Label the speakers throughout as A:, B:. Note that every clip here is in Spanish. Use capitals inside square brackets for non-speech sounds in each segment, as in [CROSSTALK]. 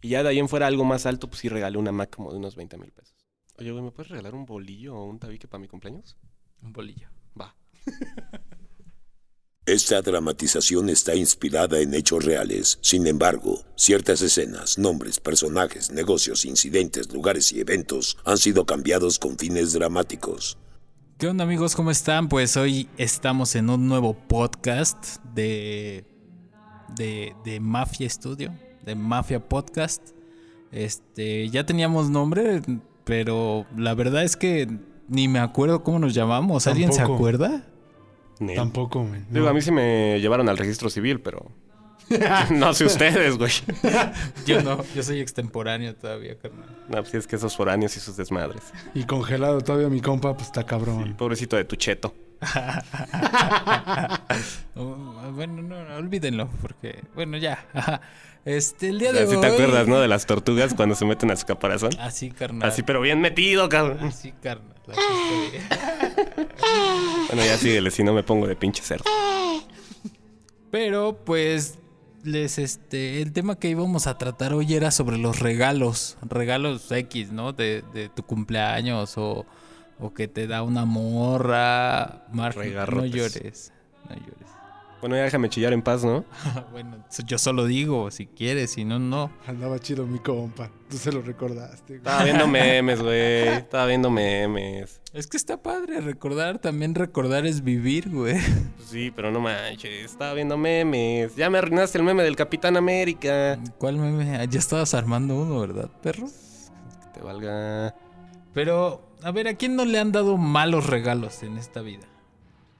A: Y ya de ahí en fuera algo más alto, pues sí regalé una Mac como de unos 20 mil pesos. Oye, güey, ¿me puedes regalar un bolillo o un tabique para mi cumpleaños?
B: Un bolillo.
A: Va.
C: Esta dramatización está inspirada en hechos reales. Sin embargo, ciertas escenas, nombres, personajes, negocios, incidentes, lugares y eventos han sido cambiados con fines dramáticos.
B: ¿Qué onda amigos? ¿Cómo están? Pues hoy estamos en un nuevo podcast de, de, de Mafia Studio, de Mafia Podcast. Este, ya teníamos nombre, pero la verdad es que ni me acuerdo cómo nos llamamos. ¿Alguien se
D: Tampoco.
B: acuerda?
A: Nel.
D: Tampoco, men.
A: Digo, a mí sí me llevaron al registro civil, pero... no sé ustedes, güey.
B: [LAUGHS] Yo no, yo soy extemporáneo todavía, carnal.
A: No, pues sí, es que esos foráneos y sus desmadres.
D: Y congelado todavía mi compa, pues está
A: Y
D: cabrón.
A: pobrecito de tu cheto.
B: Oh, bueno, no, no, olvídenlo, porque, bueno, ya. Ajá. Este, el día de
A: Así
B: hoy.
A: te acuerdas, ¿no? De las tortugas cuando se meten a su caparazón.
B: Así, carnal.
A: Así, pero bien metido, cabrón.
B: Así, carnal. así estoy.
A: Bueno, ya síguele, si no me pongo de pinche cerdo.
B: Pero pues les este el tema que íbamos a tratar hoy era sobre los regalos, regalos X, ¿no? De, de tu cumpleaños o, o que te da una morra, Mar, no
A: Regarrotes.
B: llores, no llores. [LAUGHS]
A: Bueno, ya déjame chillar en paz, ¿no?
B: bueno, yo solo digo si quieres, si no no.
A: pues.
D: Andaba chido mi compa. Tú se lo recordaste. güey.
A: Estaba viendo memes, güey. Estaba viendo memes.
B: Es que está padre recordar, también recordar es vivir, güey. [LAUGHS]
A: Pues Sí, pero no manches. Estaba viendo memes. Ya me arruinaste el meme del Capitán América.
B: ¿Cuál meme? Ah, Ya estabas armando uno, ¿verdad, perro?
A: Que te valga.
B: Pero a ver, ¿a quién no le han dado malos regalos en esta vida?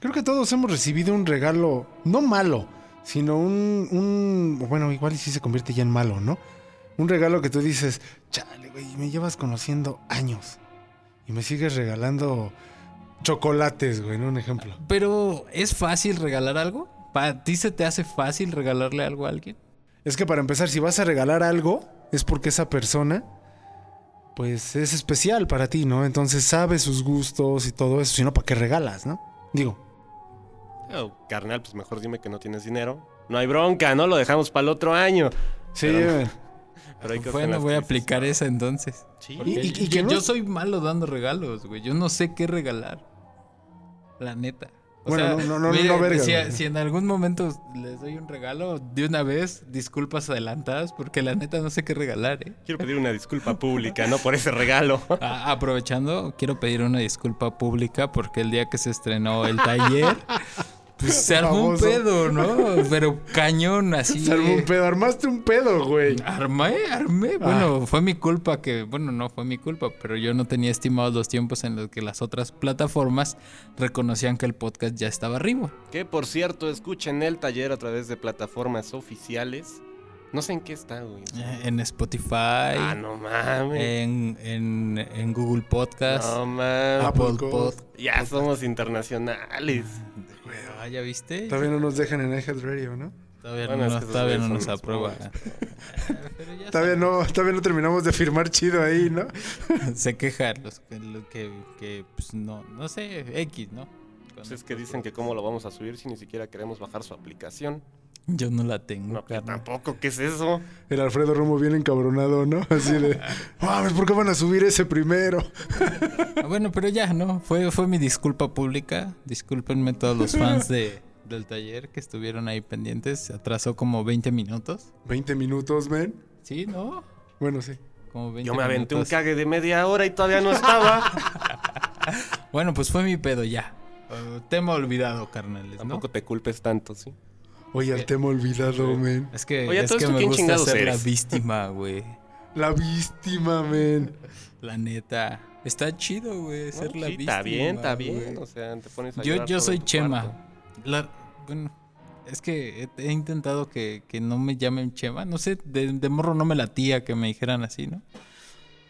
D: Creo que todos hemos recibido un regalo, no malo, sino un, un bueno, igual y sí se convierte ya en malo, ¿no? Un regalo que tú dices, chale, güey, me llevas conociendo años y me sigues regalando chocolates, güey, ¿no? Un ejemplo.
B: Pero, ¿es fácil regalar algo? ¿Para ti se te hace fácil regalarle algo a alguien?
D: Es que para empezar, si vas a regalar algo, es porque esa persona, pues es especial para ti, ¿no? Entonces sabe sus gustos y todo eso, sino para qué regalas, ¿no? Digo,
A: Oh, carnal, pues mejor dime que no tienes dinero. No hay bronca, ¿no? Lo dejamos para el otro año.
D: sí,
A: Pero-
D: eh, [LAUGHS]
A: Pero hay cosas en
B: Bueno,
A: las
B: voy a
A: que dices,
B: aplicar esa entonces.
A: Sí.
B: Porque
D: y- y
B: yo-
D: que no-
B: yo soy malo dando regalos, güey. Yo no sé qué regalar. La neta.
D: Bueno, no- no- no- no, verga,
B: si,
D: güey.
B: si en algún momento les doy un regalo, de una vez, disculpas adelantadas, porque la neta no sé qué regalar, ¿eh?
A: Quiero pedir una disculpa pública, ¿no? Por ese regalo. [LAUGHS]
B: A- aprovechando, quiero pedir una disculpa pública porque el día que se estrenó el
D: [LAUGHS]
B: taller, pues se armó un
D: Famoso.
B: pedo, ¿no? Pero cañón, así.
D: se armó un pedo, armaste un pedo, güey.
B: Armé, armé. Bueno, fue mi culpa que, bueno, no fue mi culpa, pero yo no tenía estimados los tiempos en los que las otras plataformas reconocían que el podcast ya estaba arriba.
A: Que por cierto, escuchen el taller a través de plataformas oficiales. No sé en qué está, güey.
B: Eh, En Spotify,
A: Ah, no mames.
B: en, en- en Google Podcast,
A: no mames.
D: Ah,
B: Apple
D: poco.
B: Podcast.
A: ya somos internacionales.
B: Ah, ya viste.
D: Todavía no nos dejan en iHead Radio, ¿no?
B: Todavía
A: Bueno,
B: no,
A: es que esos
B: todavía
A: güeyes
B: no
A: son
B: nos
A: unos
B: aprueba. Pero ya
D: Todavía no, todavía no terminamos de firmar chido ahí, ¿no?
B: [LAUGHS] se quejan los que, lo que, que, pues no, no sé, X, ¿no?
A: Pues es que dicen que cómo lo vamos a subir si ni siquiera queremos bajar su aplicación.
B: Yo no la tengo,
A: No, pues,
B: carnal.
A: tampoco, ¿qué es eso?
D: El Alfredo Romo bien encabronado, ¿no? [LAUGHS] Así de, mames, ¿por qué van a subir ese primero?
B: Ah, Bueno, pero ya, ¿no? Fue, fue mi disculpa pública. Discúlpenme todos los fans de, del taller que estuvieron ahí pendientes. Se atrasó como 20 minutos.
D: 20 minutos, men.
B: Sí, ¿no?
D: Bueno, sí.
B: Como 20
A: Yo me aventé un
B: minutos.
A: cague de media hora y todavía no estaba.
B: Bueno, pues fue mi pedo ya. Eh, tema olvidado, carnales, [LAUGHS] ¿no?
A: Tampoco te culpes tanto, ¿sí?
D: Oye, al tema olvidado, men.
B: Es que,
A: Oye,
B: es
A: ¿todo
B: que
A: esto
B: me
A: quién
B: gusta
A: chingados
B: ser la
A: eres?
B: víctima, güey.
D: La víctima, men.
B: La neta. Está chido, güey, ser
A: No,
B: la
A: sí,
B: víctima.
A: está bien, está
B: güey.
A: bien. O sea, te pones a
B: Yo,
A: llorar
B: yo
A: solo en
B: soy
A: tu
B: Chema.
A: cuarto.
B: La- bueno, es que he, he intentado que, que no me llamen Chema. No sé, de, de morro no me latía que me dijeran así, ¿no?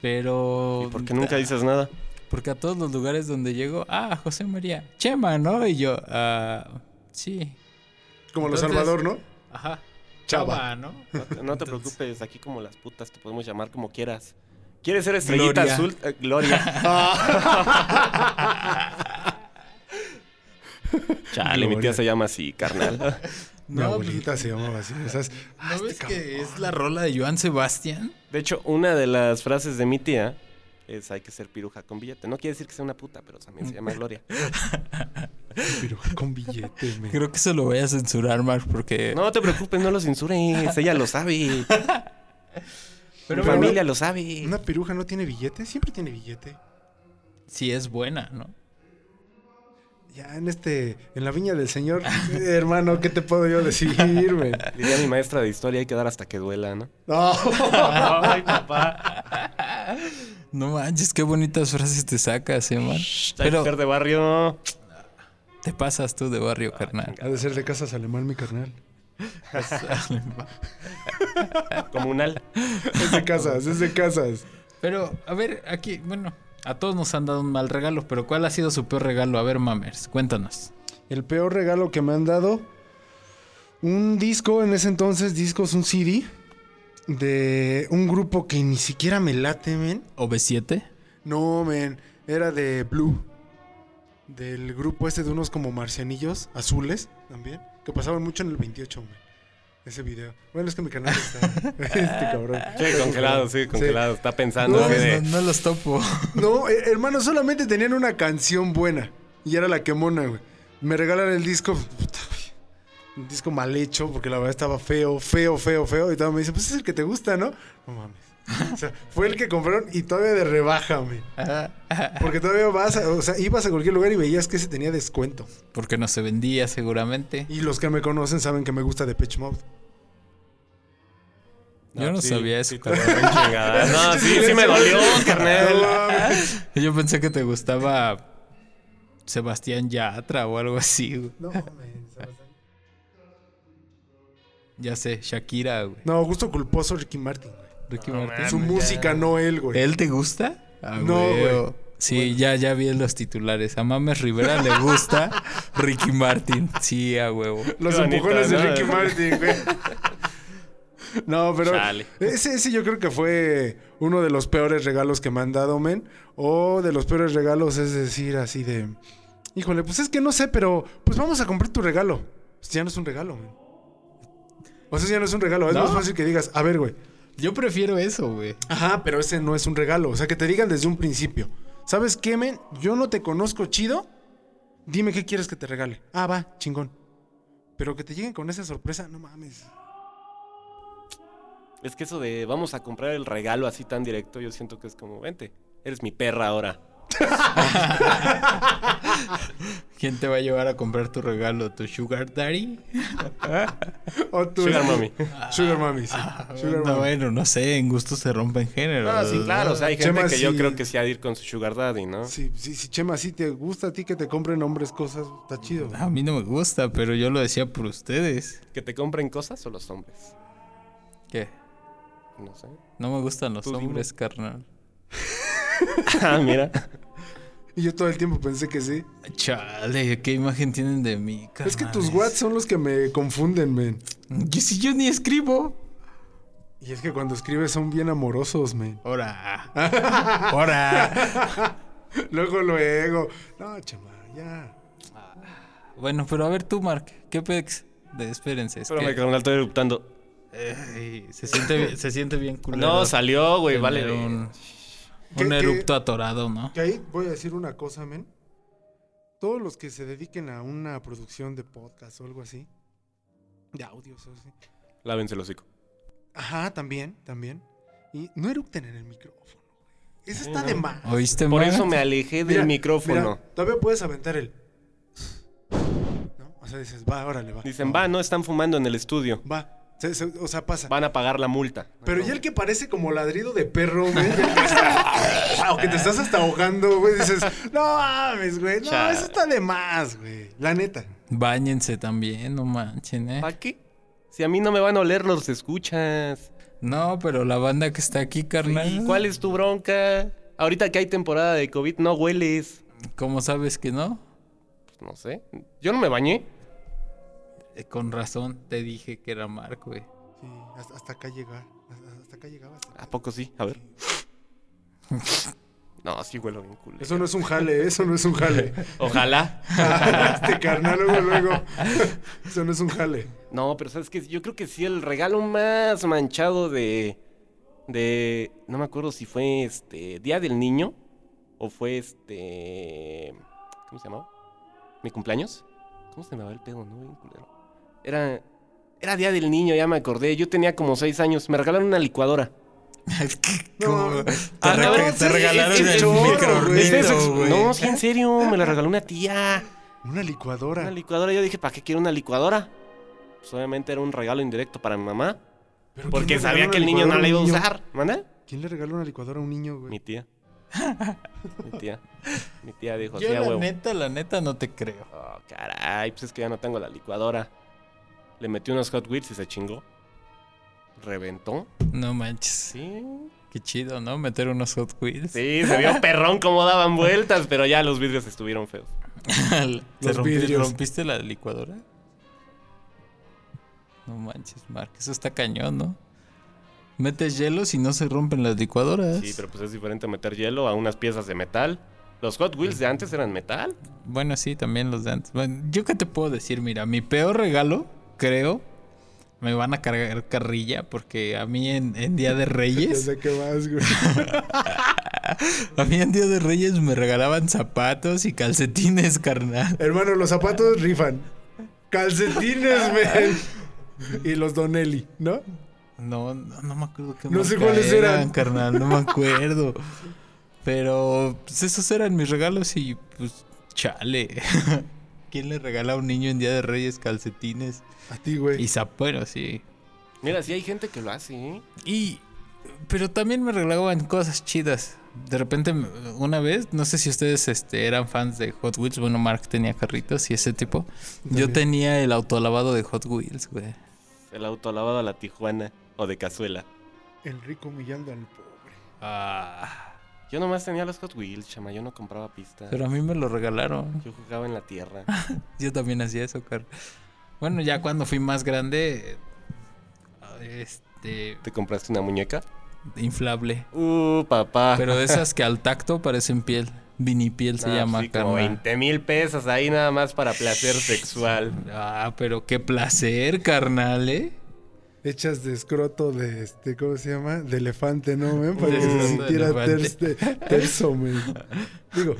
B: Pero. ah,
A: ¿Y por qué nunca dices nada?
B: Porque a todos los lugares donde llego, ah, José María, Chema, ¿no? Y yo, ah, sí.
D: Como
B: Entonces-
D: lo Salvador, ¿no?
B: Ajá.
A: [LAUGHS]
D: Chava.
B: ¿no?
A: No
B: [LAUGHS]
A: te, no te
B: Entonces-
A: preocupes, aquí como las putas te podemos llamar como quieras. ¿Quieres ser estrellita
B: Gloria.
A: azul? Eh,
B: [LAUGHS]
A: Gloria. Chale, mi tía se llama así, carnal.
D: Mi
B: No, pues,
D: abuelita se llamaba así. o sea, es-
A: este
D: "Ah, este
B: ¿No ves que es la rola de Joan Sebastián?
A: De hecho, una de las frases de mi tía es hay que ser piruja con billete. No quiere decir que sea una puta, pero también se llama Gloria.
D: Pero con billete, me.
B: Creo que eso lo voy a censurar, Mark, porque.
A: [LAUGHS] No te preocupes, no lo censures. Ella lo [LAUGHS] sabe.
D: Pero
A: Pero
D: bueno,
A: familia lo sabe.
D: ¿Una piruja no tiene billete? Siempre tiene billete.
B: Sí, es buena, ¿no?
D: Ya en este, en la viña del señor, eh, hermano, ¿qué te puedo yo decir,
B: [LAUGHS]
D: men?
A: Diría mi maestra de historia, hay que dar hasta que duela, ¿no?
D: No.
B: Ay, papá. No manches, qué bonitas frases te sacas, eh, Mark. Pero
A: Mujer de barrio.
B: te pasas tú de barrio,
A: Ah,
B: carnal.
D: Ha de ser de casas alemán, mi carnal.
A: Comunal.
D: Es de casas, es de casas.
B: [LAUGHS] Pero, a ver, aquí, bueno, a todos nos han dado un mal regalo, pero ¿cuál ha sido su peor regalo? A ver, mamers, cuéntanos.
D: El peor regalo que me han dado, un disco, en ese entonces, discos, un CD, de un grupo que ni siquiera me late, men.
B: ¿OB7?
D: No, men, era de Blue. Del grupo este de unos como marcianillos azules también, que pasaban mucho en el 28, men. Ese video. Bueno, es que mi canal
A: [LAUGHS]
D: está. este cabrón.
A: Sí, congelado, sí, congelado. Está pensando.
D: No,
A: así de,
B: no los topo. [LAUGHS]
D: No, eh, hermano, solamente tenían una canción buena. Y era la que mona, güey. Me regalan el disco. puta, güey. Un disco mal hecho, porque la verdad estaba feo, feo, feo, feo. Y todo me dice, pues es el que te gusta, ¿no? No mames. O sea, fue el que compraron y todavía de rebaja, güey. Porque todavía vas, a- o sea, ibas a cualquier lugar y veías que se tenía descuento.
B: Porque no se vendía seguramente.
D: Y los que me conocen saben que me gusta de Pitch Mode.
B: Yo no
A: sí,
B: sabía eso.
A: sí, te agarró en chingada. Ah, [LAUGHS] No, sí, sí me dolió,
D: No
A: carnal.
D: mames.
B: Yo pensé que te gustaba Sebastián Yatra o algo así. güey.
D: No, mames.
B: Ya sé, Shakira, güey.
D: No, gusto culposo Ricky Martin, güey.
B: Ricky
A: No,
B: Martin.
A: mames.
D: Su música, no él, güey.
B: ¿Él te gusta? Ah,
D: No,
B: huevo.
D: güey.
B: Sí, ya, ya vi en los titulares. A Mames Rivera le gusta Ricky Martin. Sí, a huevo.
D: [LAUGHS] Los
A: Qué bonito,
D: empujones de
A: ¿no?
D: Ricky Martin, güey.
A: [LAUGHS]
D: No, pero
A: Chale.
D: ese, ese yo creo que fue uno de los peores regalos que me han dado, men. O de los peores regalos es decir así de, híjole, pues es que no sé, pero pues vamos a comprar tu regalo. Pues ya no es un regalo, men. O sea, ya no es un regalo. Es
B: ¿No?
D: más fácil que digas, a ver, güey.
B: Yo prefiero eso, güey.
D: Ajá, pero ese no es un regalo. O sea, que te digan desde un principio. ¿Sabes qué, men? Yo no te conozco chido. Dime qué quieres que te regale. Ah, va, chingón. Pero que te lleguen con esa sorpresa, no [LAUGHS] mames.
A: Es que eso de vamos a comprar el regalo así tan directo, yo siento que es como, vente, eres mi perra ahora.
B: ¿Quién te va a llevar a comprar tu regalo? ¿Tu Sugar Daddy?
D: O Oh, tú-
A: Sugar Mommy.
D: Sugar Mami, sí. Sugar
B: No,
D: Mami.
B: Ah, bueno, no sé, en gustos se rompen géneros.
A: No, Ah, sí, claro. O sea, hay gente
D: Chema
A: que yo
D: sí.
A: creo que sí ha de ir con su sugar daddy, ¿no?
D: Sí, sí, sí, Chema, sí te gusta a ti que te compren hombres cosas, está chido.
B: A mí no me gusta, pero yo lo decía por ustedes.
A: Que te compren cosas o los hombres.
B: ¿Qué?
A: No sé.
B: No me gustan los
A: Tú dime.
B: hombres, carnal.
A: [LAUGHS] Ah, mira.
D: Y yo todo el tiempo pensé que sí.
B: Chale, ¿qué imagen tienen de mí, carnal?
D: Es que tus whats son los que me confunden, men.
B: Yo, si yo ni escribo.
D: Y es que cuando escribes son bien amorosos, men.
B: [LAUGHS] Ahora. Ahora.
D: [LAUGHS] Luego, luego. No, Chema, ya.
B: Bueno, pero a ver tú, Mark. ¿Qué pex? De, espérense. es
A: Pero
B: que-
A: me carnal, estoy eruptando.
B: Ey, se, siente, bien- se siente bien culero.
A: No, salió, güey,
B: tener
A: vale.
B: Un,
D: ¿Qué-
B: un
D: qué-
B: erupto atorado, ¿no?
D: Que ahí voy a decir una cosa, men. Todos los que se dediquen a una producción de podcast o algo así, de audios o así.
A: Lávense el hocico.
D: Ajá, también, también. Y no eructen en el micrófono. Eso está de más.
B: ¿Oíste,
A: Por
B: Mark?
A: eso me alejé del
D: Mira,
A: micrófono.
D: mira, todavía puedes aventar el. ¿No? O sea, dices, va, órale, va.
A: Dicen, va, no están fumando en el estudio.
D: Va. Se- se- o sea, pasa.
A: Van a pagar la multa.
D: Pero ya el que parece como ladrido de perro, güey. el
A: [LAUGHS]
D: que está- o que te estás hasta ahogando, güey. Dices, no mames, güey. No,
A: Chale.
D: eso está de más, güey. La neta.
B: Báñense también, no manchen, ¿eh?
A: ¿Para qué? Si a mí no me van a oler los escuchas.
B: No, pero la banda que está aquí, carnal.
A: ¿Y cuál es tu bronca? Ahorita que hay temporada de COVID, no hueles.
B: ¿Cómo sabes que no?
A: Pues no sé. Yo no me bañé.
B: Eh, con razón te dije que era Mark, güey. [LAUGHS]
D: Sí, hasta, hasta acá llegar. Hasta, hasta acá llegabas.
A: ¿A poco sí? A
D: [LAUGHS]
A: ver. No, sí huelo bien cool.
D: Eso no es un jale, ¿eh? eso no es un
A: [LAUGHS]
D: jale.
A: Ojalá.
D: este carnal, luego, luego. Eso no es un jale.
A: No, pero sabes que yo creo que sí el regalo más manchado de de, no me acuerdo si fue este Día del Niño o fue este, ¿cómo se llamaba? ¿Mi cumpleaños? ¿Cómo se llamaba el pedo? No, Bien culero. Era, era Día del Niño, ya me acordé. Yo tenía como seis años. Me regalaron una licuadora.
B: Como- te,
A: Ah,
B: rega-
A: no,
B: te
A: sí,
B: regalaron
A: es- es
B: el
A: chorro,
B: micro
A: güey. Es de
B: ruido,
A: esos-
B: güey.
A: No, sí, en serio, me la regaló una tía.
D: Una licuadora.
A: Una licuadora. Yo dije, ¿para qué quiero una licuadora? Pues obviamente era un regalo indirecto para mi mamá.
D: ¿Pero quién
A: Porque
D: le
A: sabía
D: regaló
A: que el
D: una
A: niño no
D: licuadora
A: la iba
D: un
A: a
D: niño?
A: usar. ¿Manda?
D: ¿Quién le regaló una licuadora a un niño, güey?
A: Mi tía. Mi tía. Mi tía dijo,
B: Yo
A: sí, a
B: la
A: huevo.
B: neta, la neta no te creo.
A: Oh, caray, pues es que ya no tengo la licuadora. Le metí unos Hot Wheels y se chingó. Reventó.
B: No manches.
A: Sí.
B: Qué chido, ¿no? Meter unos Hot Wheels.
A: Sí, se vio perrón como daban vueltas, pero ya los vidrios estuvieron feos.
B: ¿Te
D: Los
B: rompiste,
D: vidrios.
B: rompiste la licuadora? No manches, Mark. Eso está cañón, ¿no? Metes hielos y no se rompen las licuadoras.
A: Sí, pero pues es diferente meter hielo a unas piezas de metal. Los Hot Wheels de antes eran metal.
B: Bueno, sí, también los de antes. Bueno, ¿yo qué te puedo decir? Mira, mi peor regalo, creo, me van a cargar carrilla porque a mí en, en Día
D: [LAUGHS]
B: de
D: Ya
B: Reyes,
D: sé qué más, güey.
B: a mí en Día de Reyes me regalaban zapatos y calcetines, carnal.
D: Hermano, los zapatos rifan.
B: [LAUGHS]
D: Calcetines, men. Y los Donelli, ¿no?
B: No, no, no me acuerdo qué
D: No sé
B: marca
D: cuáles eran.
B: carnal, no
D: [LAUGHS]
B: me acuerdo. Pero pues, esos eran mis regalos y pues chale. [LAUGHS] ¿Quién le regala a un niño en Día de Reyes calcetines
D: A ti, güey.
B: y zapatos? Sí.
A: Mira, sí hay gente que lo hace, ¿eh?
B: Y. Pero también me regalaban cosas chidas. De repente, m- una vez, no sé si ustedes este, eran fans de Hot Wheels. Bueno, Mark tenía carritos y ese tipo. Yo
D: También.
B: tenía el autolavado de Hot Wheels, güey.
A: El auto lavado a la Tijuana o de cazuela.
D: El rico humillando al pobre.
B: Ah.
A: Yo nomás tenía los Hot Wheels, chama. Yo no compraba pista.
B: Pero a mí me lo regalaron.
A: Yo jugaba en la tierra.
B: Yo también hacía eso, car. Bueno, ya cuando fui más grande, este.
A: ¿Te compraste una muñeca?
B: inflable.
A: Uh, papá.
B: Pero de esas que al tacto parecen piel. Vinipiel se
A: Ah,
B: llama,
A: sí, como
B: carnal.
A: 20 mil pesos ahí nada más para placer sexual.
B: Ah, pero qué placer, carnal, ¿eh?
D: Hechas de escroto de este, ¿cómo se llama? De elefante, ¿no, men? Para
B: De
D: que se
B: escroto de
D: sintiera
B: elefante.
D: terste- terso, men.
B: [LAUGHS]
D: Digo,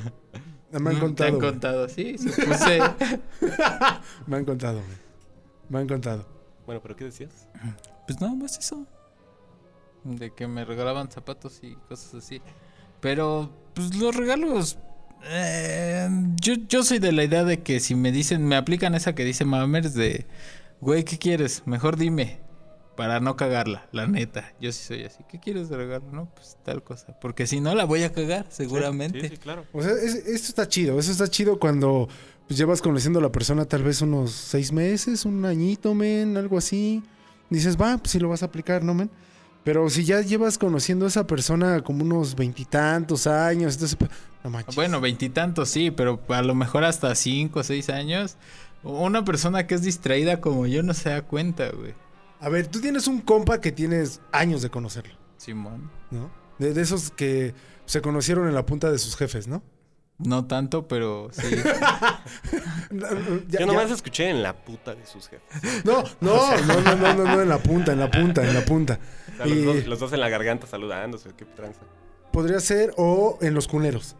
D: me han
B: Mm, Te
D: contado.
B: han
D: güey.
B: contado, sí. supuse.
D: Me han contado, men. Me han contado.
A: Bueno, pero ¿qué decías?
B: pues nada más eso. De que me regalaban zapatos y cosas así. Pero, pues los regalos. eh, yo, yo soy de la idea de que si me dicen, me aplican esa que dice Mamers de, güey, ¿qué quieres? Mejor dime. Para no cagarla, la neta. Yo sí soy así. ¿Qué quieres de regalo? No, pues tal cosa. Porque si no, la voy a cagar, seguramente.
A: Sí, sí, claro.
D: O sea, es- esto está chido. Eso está chido cuando pues, llevas conociendo a la persona tal vez unos seis meses, un añito, men, algo así. Dices, va, pues si lo vas a aplicar, ¿no, men? Pero si ya llevas conociendo a esa persona como unos veintitantos años, entonces, pues, no manches.
B: Bueno, veintitantos sí, pero a lo mejor hasta cinco o seis años. Una persona que es distraída como yo no se da cuenta, güey.
D: A ver, tú tienes un compa que tienes años de conocerlo,
B: Simón.
D: ¿no? De, de esos que se conocieron en la punta de sus jefes, ¿no?
B: No tanto, pero
D: [LAUGHS]
B: sí.
D: No, no, ya-
A: Yo nomás
D: ya-
A: escuché en la puta de sus jefes.
D: No,
A: [LAUGHS]
D: no, no, no, no, no, no, en la punta, en la punta, en la punta.
A: O sea,
D: Y-
A: los, dos, los dos en la garganta saludándose. Qué tranza.
D: Podría ser o en los cuneros.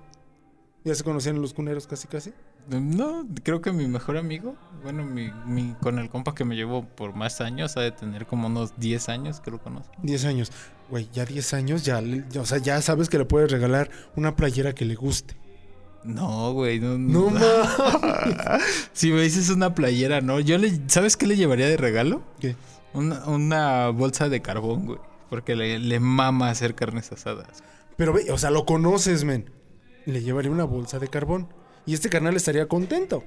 D: Ya se conocían en los cuneros casi casi.
B: No, creo que mi mejor amigo, bueno, mi, mi- con el compa que me llevo por más años, ha de tener como unos 10 años que lo conozco.
D: 10 años. Güey, ya 10 años, ya, le- ya, o sea, ya sabes que le puedes regalar una playera que le guste.
B: No, güey, no. no.
D: No mames.
B: [LAUGHS] si me dices una playera, no. Yo le, ¿sabes qué le llevaría de regalo?
D: ¿Qué?
B: Una, una bolsa de carbón, güey. Porque le, le mama hacer carnes asadas.
D: Pero ve, o sea, lo conoces, men. Le llevaría una bolsa de carbón. Y este carnal estaría contento.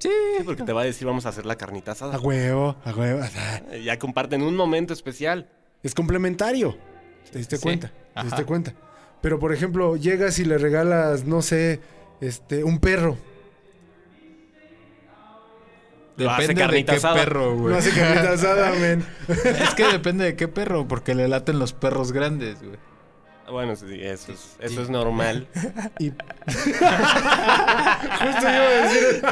B: Sí,
A: Sí, porque te va a decir, vamos a hacer la carnita
D: A
A: asada.
D: huevo, a huevo. o sea,
A: Eh, Ya comparten un momento especial.
D: Es complementario. ¿Te diste
B: Sí,
D: cuenta?
B: ajá.
D: ¿Te diste cuenta? Pero, por ejemplo, llegas y le regalas, no sé, este, un perro.
A: Lo hace
B: depende de
A: carnita
B: qué
A: asada.
B: perro, güey.
D: No hace [LAUGHS] carnita asada, men.
B: es que depende de qué perro, porque le laten los perros grandes, güey. [LAUGHS]
A: Ah, Bueno, sí, eso es,
B: Sí.
A: eso es
B: [LAUGHS]
A: normal.
D: Y... [LAUGHS] Justo yo iba a decir.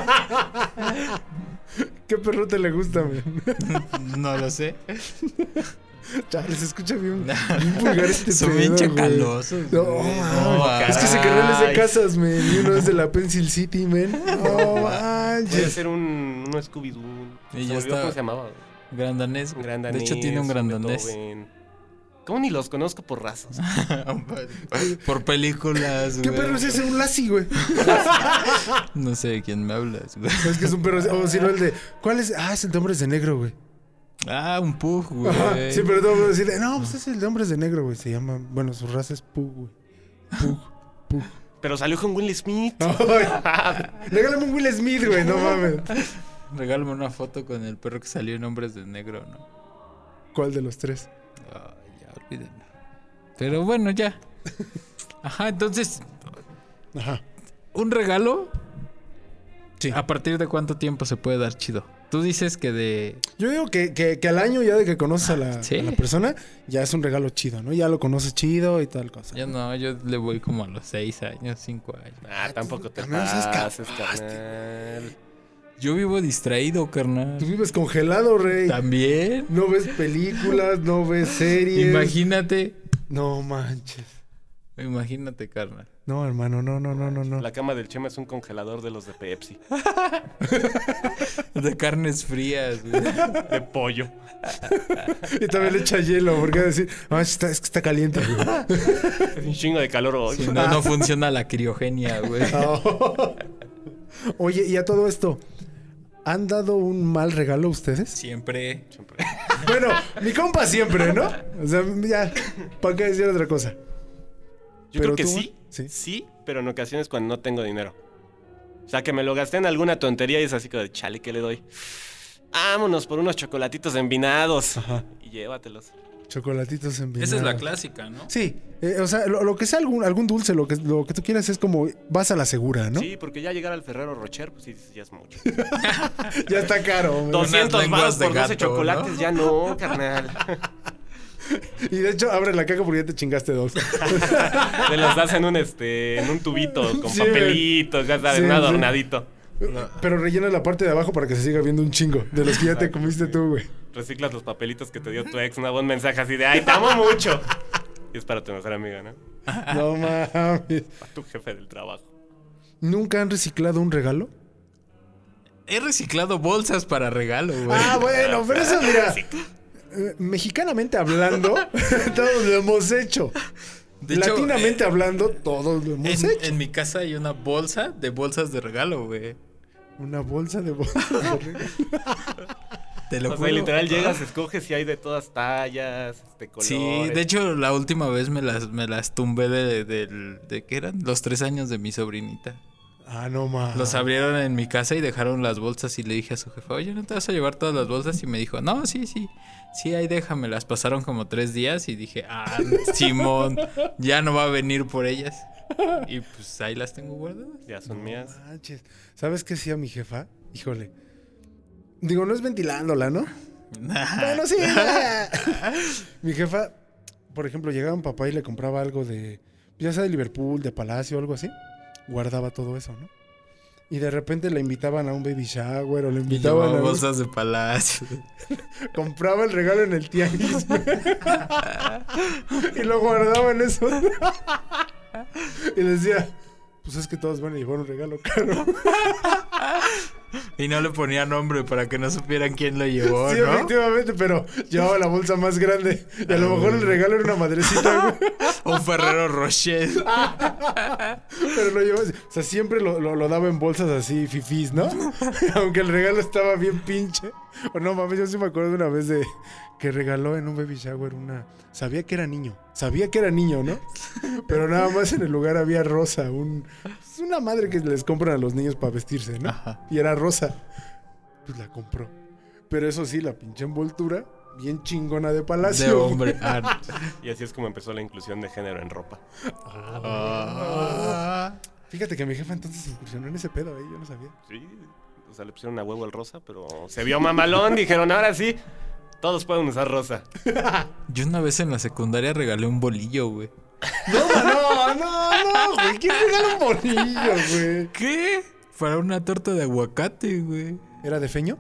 D: ¿Qué perro te le gusta, men?
B: No lo sé.
D: [LAUGHS] Chale, se escucha bien, bien vulgar [LAUGHS] este
B: Son
D: pedo,
B: bien
D: güey.
B: chacalosos.
D: No,
B: güey.
D: mames.
B: No,
D: es que se
B: caray.
D: cargan es de casas, men. Y uno es de la Pencil City, men. No
A: Puede
D: manches.
A: ser un, uno Scooby-Doo.
B: Y
A: Se
B: ya
A: me olvidó
B: está.
A: ¿Cómo se llamaba? güey.
B: Gran danés.
A: Un
B: güey.
A: gran
B: de hecho, tiene un gran [LAUGHS] danés.
A: Beethoven. ¿Cómo ni los conozco por razas?
B: Ah, Por películas,
D: ¿Qué
B: güey.
D: perro es ese? Un Lassie, güey. [LAUGHS]
B: No sé de quién me hablas, güey.
D: Es que es un perro. O si no, el de. ¿Cuál es? Ah, es el de hombres de negro, güey.
B: Ah, un pug, güey.
D: Ajá, Sí, pero todo el mundo decirle, no, pues es el de hombres de negro, güey. Se llama, bueno, su raza es
B: [LAUGHS]
D: Pug, güey. Pug, Pug.
A: Pero salió con Will Smith.
D: Regálame un Will Smith, güey, no mames.
B: Regálame una foto con el perro que salió en Hombres de Negro, ¿no?
D: ¿Cuál de los tres?
B: Ay, ya, olvídenlo. Pero bueno, ya. Ajá, entonces,
D: Ajá.
B: un regalo.
D: Sí.
B: ¿A partir de cuánto tiempo se puede dar chido? Tú dices que de.
D: Yo digo que, que- que al año ya de que conoces a la,
B: Sí.
D: a la persona, ya es un regalo chido, ¿no? Ya lo conoces chido y tal cosa.
B: Yo no, yo le voy como a los 6 años, 5 años.
A: Ah, tampoco te
D: Carnal, seas
A: pases,
D: capaz,
A: carnal.
B: Yo vivo distraído,
D: Tú
B: carnal.
D: vives congelado, rey.
B: También.
D: No ves películas, no ves series.
B: Imagínate.
D: No manches.
B: Imagínate, carnal.
D: No, hermano, no, no, no, no, no.
A: La cama del Chema es un congelador de los de Pepsi.
B: De carnes frías,
D: [LAUGHS]
B: güey.
A: De pollo.
D: Y también le echa hielo, porque va a decir, "Ah, está- es que
B: [LAUGHS]
D: está caliente, güey.
A: Un chingo de calor hoy.
B: Si no, no funciona la criogenia, güey.
D: Ah. Oye, y a todo esto, ¿han dado un mal regalo ustedes?
B: Siempre.
A: Siempre.
D: Bueno, mi compa siempre, ¿no? O sea, ya, ¿para qué decir otra cosa?
A: Yo
D: Pero
A: creo que
D: tú,
A: sí,
D: sí.
A: sí. pero en ocasiones cuando no tengo dinero. O sea, que me lo gasté en alguna tontería y es así como de chale, ¿qué le doy? Vámonos por unos chocolatitos envinados. Y llévatelos.
D: Chocolatitos en
B: Esa es la clásica, ¿no?
D: Sí, eh, o sea, lo, lo que sea algún, algún dulce, lo que, lo que tú quieras es como vas a la segura, ¿no?
A: Sí, porque ya llegar al Ferrero Rocher, pues sí, dices, ya es mucho.
D: Ya está caro. güey.
A: 200
B: lenguas
A: más
B: de
A: por 12
B: gato,
A: chocolates,
B: ¿no?
A: ya no, carnal.
D: Y de hecho, abre la caja porque ya te chingaste
B: [LAUGHS]
D: dos.
A: Te los das en un, este, en un tubito con
D: Sí,
A: papelitos, ya sabes,
D: Sí,
A: un
D: sí.
A: adornadito.
D: Pero rellena la parte de abajo para que se siga viendo un chingo de los que ya te comiste tú, güey.
A: Reciclas los papelitos que te dio tu ex, una buen mensaje así de, ay, te amo mucho. Y es para tu mejor amiga, ¿no?
D: No mames.
A: Para tu jefe del trabajo.
D: ¿Nunca han reciclado un regalo?
B: He reciclado bolsas para regalo, güey.
D: Ah, bueno, pero eso, mira. eh, Mexicanamente hablando, [LAUGHS] todos lo hemos hecho.
B: De hecho,
D: Latinamente
B: eh,
D: hablando, todos lo hemos
B: en,
D: hecho.
B: en mi casa hay una bolsa de bolsas de regalo, güey.
D: Una bolsa de bolsa.
B: [LAUGHS] Te lo
A: O sea,
B: juro. Ah.
A: literal llegas, escoges y hay de todas tallas, este colores.
B: Sí, de hecho, la última vez me las, me las tumbé de, del- de ¿qué eran? Los tres años de mi sobrinita.
D: Ah, no mames.
B: Los abrieron en mi casa y dejaron las bolsas y le dije a su jefa, oye, ¿no te vas a llevar todas las bolsas? Y me dijo, no, sí, sí, sí, ahí déjame. Las pasaron como tres días y dije, ah, Simón, ya no va a venir por ellas. Y pues ahí las tengo guardadas.
A: Ya son mías.
D: Manches. ¿Sabes qué hacía mi jefa? Híjole. Digo, no es ventilándola, ¿no?
B: Ah.
D: bueno, sí. mi jefa, por ejemplo, llegaba un papá y le compraba algo de, ya sea de Liverpool, de Palacio, algo así. Guardaba todo eso, ¿no? Y de repente le invitaban a un baby shower o
B: [LAUGHS]
D: le
B: Y
D: invitaban
B: llevaba
D: a... un-
B: bolsas de palacio. [LAUGHS]
D: Compraba el regalo en el tianguis. güey. y lo guardaba en eso. y decía, pues es que todos van a llevar un regalo caro.
B: Y no le ponía nombre para que no supieran quién lo llevó,
D: Sí,
B: ¿no?
D: efectivamente, pero llevaba la bolsa más grande. Y a lo mejor el regalo era una madrecita, güey.
B: Un Ferrero
D: [LAUGHS]
B: Rocher.
D: Ah, Pero lo llevaba. así. O sea, siempre lo, lo- lo daba en bolsas así, fifís, ¿no? [LAUGHS] Aunque el regalo estaba bien pinche. O no mames, yo sí me acuerdo de una vez de que regaló en un baby shower una. Sabía que era niño. Sabía que era niño, ¿no? Pero nada más en el lugar había rosa. Un... Es una madre que les compran a los niños para vestirse, ¿no?
B: Ajá.
D: Y era rosa. Pues la compró. Pero eso sí, la pinche envoltura, bien chingona de palacio.
B: De
D: güey.
B: hombre. Ah,
D: [LAUGHS]
A: Y así es como empezó la inclusión de género en ropa.
B: ah.
D: Fíjate que mi jefa entonces incursionó en ese pedo, ¿eh? yo no sabía. [LAUGHS]
A: Sí. O sea, le pusieron a huevo el rosa, pero se vio mamalón. Dijeron, ahora sí, todos pueden usar
B: [LAUGHS]
A: rosa.
B: Yo una vez en la secundaria regalé un bolillo, güey.
D: No, no, no, no, güey. ¿Quién regala un bolillo, güey?
B: ¿Qué? Para una torta de aguacate, güey.
D: ¿Era de feño?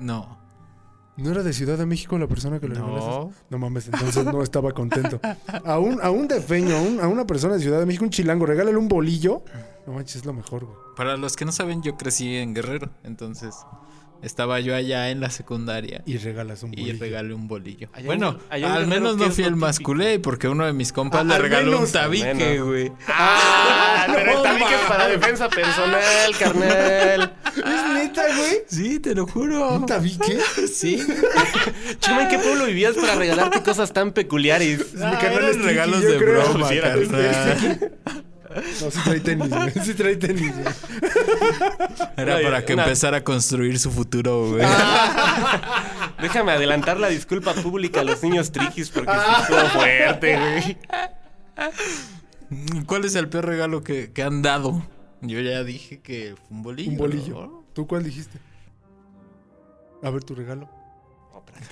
B: No.
D: ¿No era de Ciudad de México la persona que lo regaló esas? No mames, entonces no estaba contento. A un, a un defeño, a, un- a una persona de Ciudad de México, un chilango, regálale un bolillo. No manches, es lo mejor, güey.
B: Para los que no saben, yo crecí en Guerrero, entonces estaba yo allá en la secundaria
D: Y regalas un
B: y
D: bolillo.
B: regalé un bolillo.
A: Allá en-
B: bueno,
A: allá en
B: al
A: Guerrero,
B: menos
A: ¿qué
B: no
A: es
B: fui
A: lo
B: el más
A: típico?
B: culé porque uno de mis compas
D: Ah,
B: le
D: al
B: regaló
D: menos.
B: un tabique,
A: Bueno.
B: güey.
A: Ah, pero el tabique es para defensa personal, carnal.
D: ¿Es neta, güey?
B: Sí, te lo juro.
D: ¿Un tabique? [LAUGHS]
B: Sí.
A: Chuma, ¿en qué
B: [LAUGHS]
A: pueblo vivías para regalarte cosas tan peculiares?
D: mi carnal
B: Ah, eran
D: es Tiki,
B: regalos
D: yo
B: de
D: creo.
B: broma,
A: Sí, era.
B: carnal.
D: No, sí trae tenis, güey.
A: [LAUGHS]
D: Sí trae tenis, güey.
B: [LAUGHS] Era
A: Una-
B: para que
A: una-
B: empezara a construir su futuro, güey.
D: Ah.
A: Déjame adelantar la disculpa pública a los niños triquis porque sí estuvo fuerte, güey.
B: ¿Cuál es el peor regalo que, que han dado? Yo ya dije que fue un bolillo.
D: Un bolillo.
B: ¿no?
D: ¿Tú cuál dijiste? A ver tu regalo.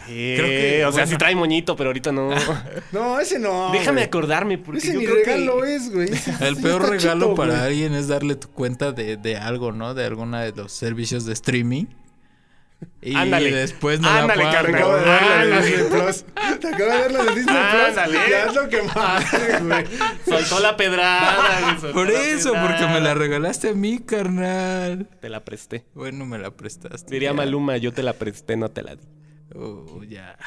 A: Creo
B: que-
A: o sea,
B: bueno.
A: sí trae moñito, pero ahorita no.
D: No, ese no.
A: [LAUGHS] Déjame
D: güey.
A: acordarme porque
D: Ese
A: yo
D: ni
A: creo que-
D: regalo es, güey. Ese-
B: El
D: ese
B: peor
D: está
B: regalo
D: chito,
B: para
D: güey.
B: alguien es darle tu cuenta de, de algo, ¿no? De alguna de los servicios de streaming. Y
A: Ándale.
B: después no
A: Ándale,
B: la pagan.
D: Te
A: carnal.
D: acabo de dar la de
A: Ándale.
D: Disney Plus. Te acabo de dar
A: [LAUGHS]
D: la de Disney Plus.
A: Ándale.
D: Ya es lo
A: [LAUGHS]
D: que más, güey.
A: Soltó la pedrada. güey, soltó
B: Por
A: la
B: eso,
A: pedrada.
B: porque me la regalaste a mí, carnal.
A: Te la presté.
B: Bueno, me la prestaste.
A: Diría
B: ya.
A: Maluma, yo te la presté, no te la di.
B: Oh, ya.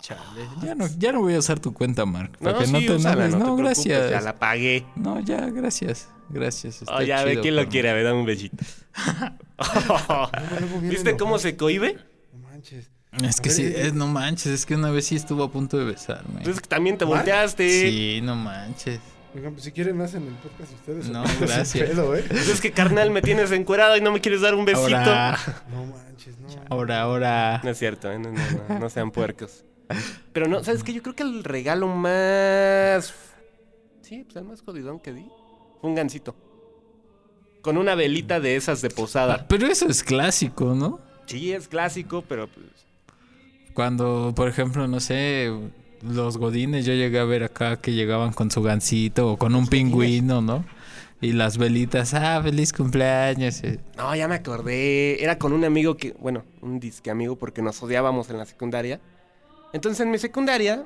B: Chale. Ya no, ya no voy a usar tu cuenta, Mark. Para que
A: sí,
B: no te
A: úsala,
B: enojes.
A: te
B: No,
A: preocupes,
B: gracias.
A: Ya la pagué.
B: No, ya, gracias. Gracias.
A: Oh,
B: está
A: ya, a ver
B: chido, pues.
A: quién lo
B: carnal.
A: quiere. A ver, dame un
B: [LAUGHS]
A: besito. [LAUGHS]
D: luego viene
A: ¿Viste cómo
D: enojado.
A: se
B: Eh.
A: cohibe?
D: No manches.
B: Es que
D: A ver,
A: [LAUGHS]
B: sí,
D: eh,
B: es- no manches, es que una vez sí estuvo a punto de besarme.
A: Entonces Pues también te
D: ¿Mal?
A: volteaste.
B: Sí, no manches.
D: Oigan, pues si quieren hacen el podcast ustedes.
B: No,
D: Sin
B: gracias.
D: pedo, ¿eh?
A: Entonces Pues es que carnal me tienes encuerado y no me quieres dar un besito.
B: Ahora,
D: No manches, no.
B: ahora, ahora.
A: No es cierto, ¿eh? no, no, no, no sean puercos. Pero no, ¿sabes qué? Yo creo que el regalo más. Sí, pues el más jodidón que di fue un gancito. Con una velita de esas de posada.
B: Pero eso es clásico, ¿no?
A: Sí, es clásico, pero pues.
B: Cuando, por ejemplo, no sé, los godines, yo llegué a ver acá que llegaban con su gancito o con un pingüino, ¿no? Y las velitas, ah, feliz cumpleaños. eh.
A: No, ya me acordé. Era con un amigo que, bueno, un disque amigo porque nos odiábamos en la secundaria. Entonces en mi secundaria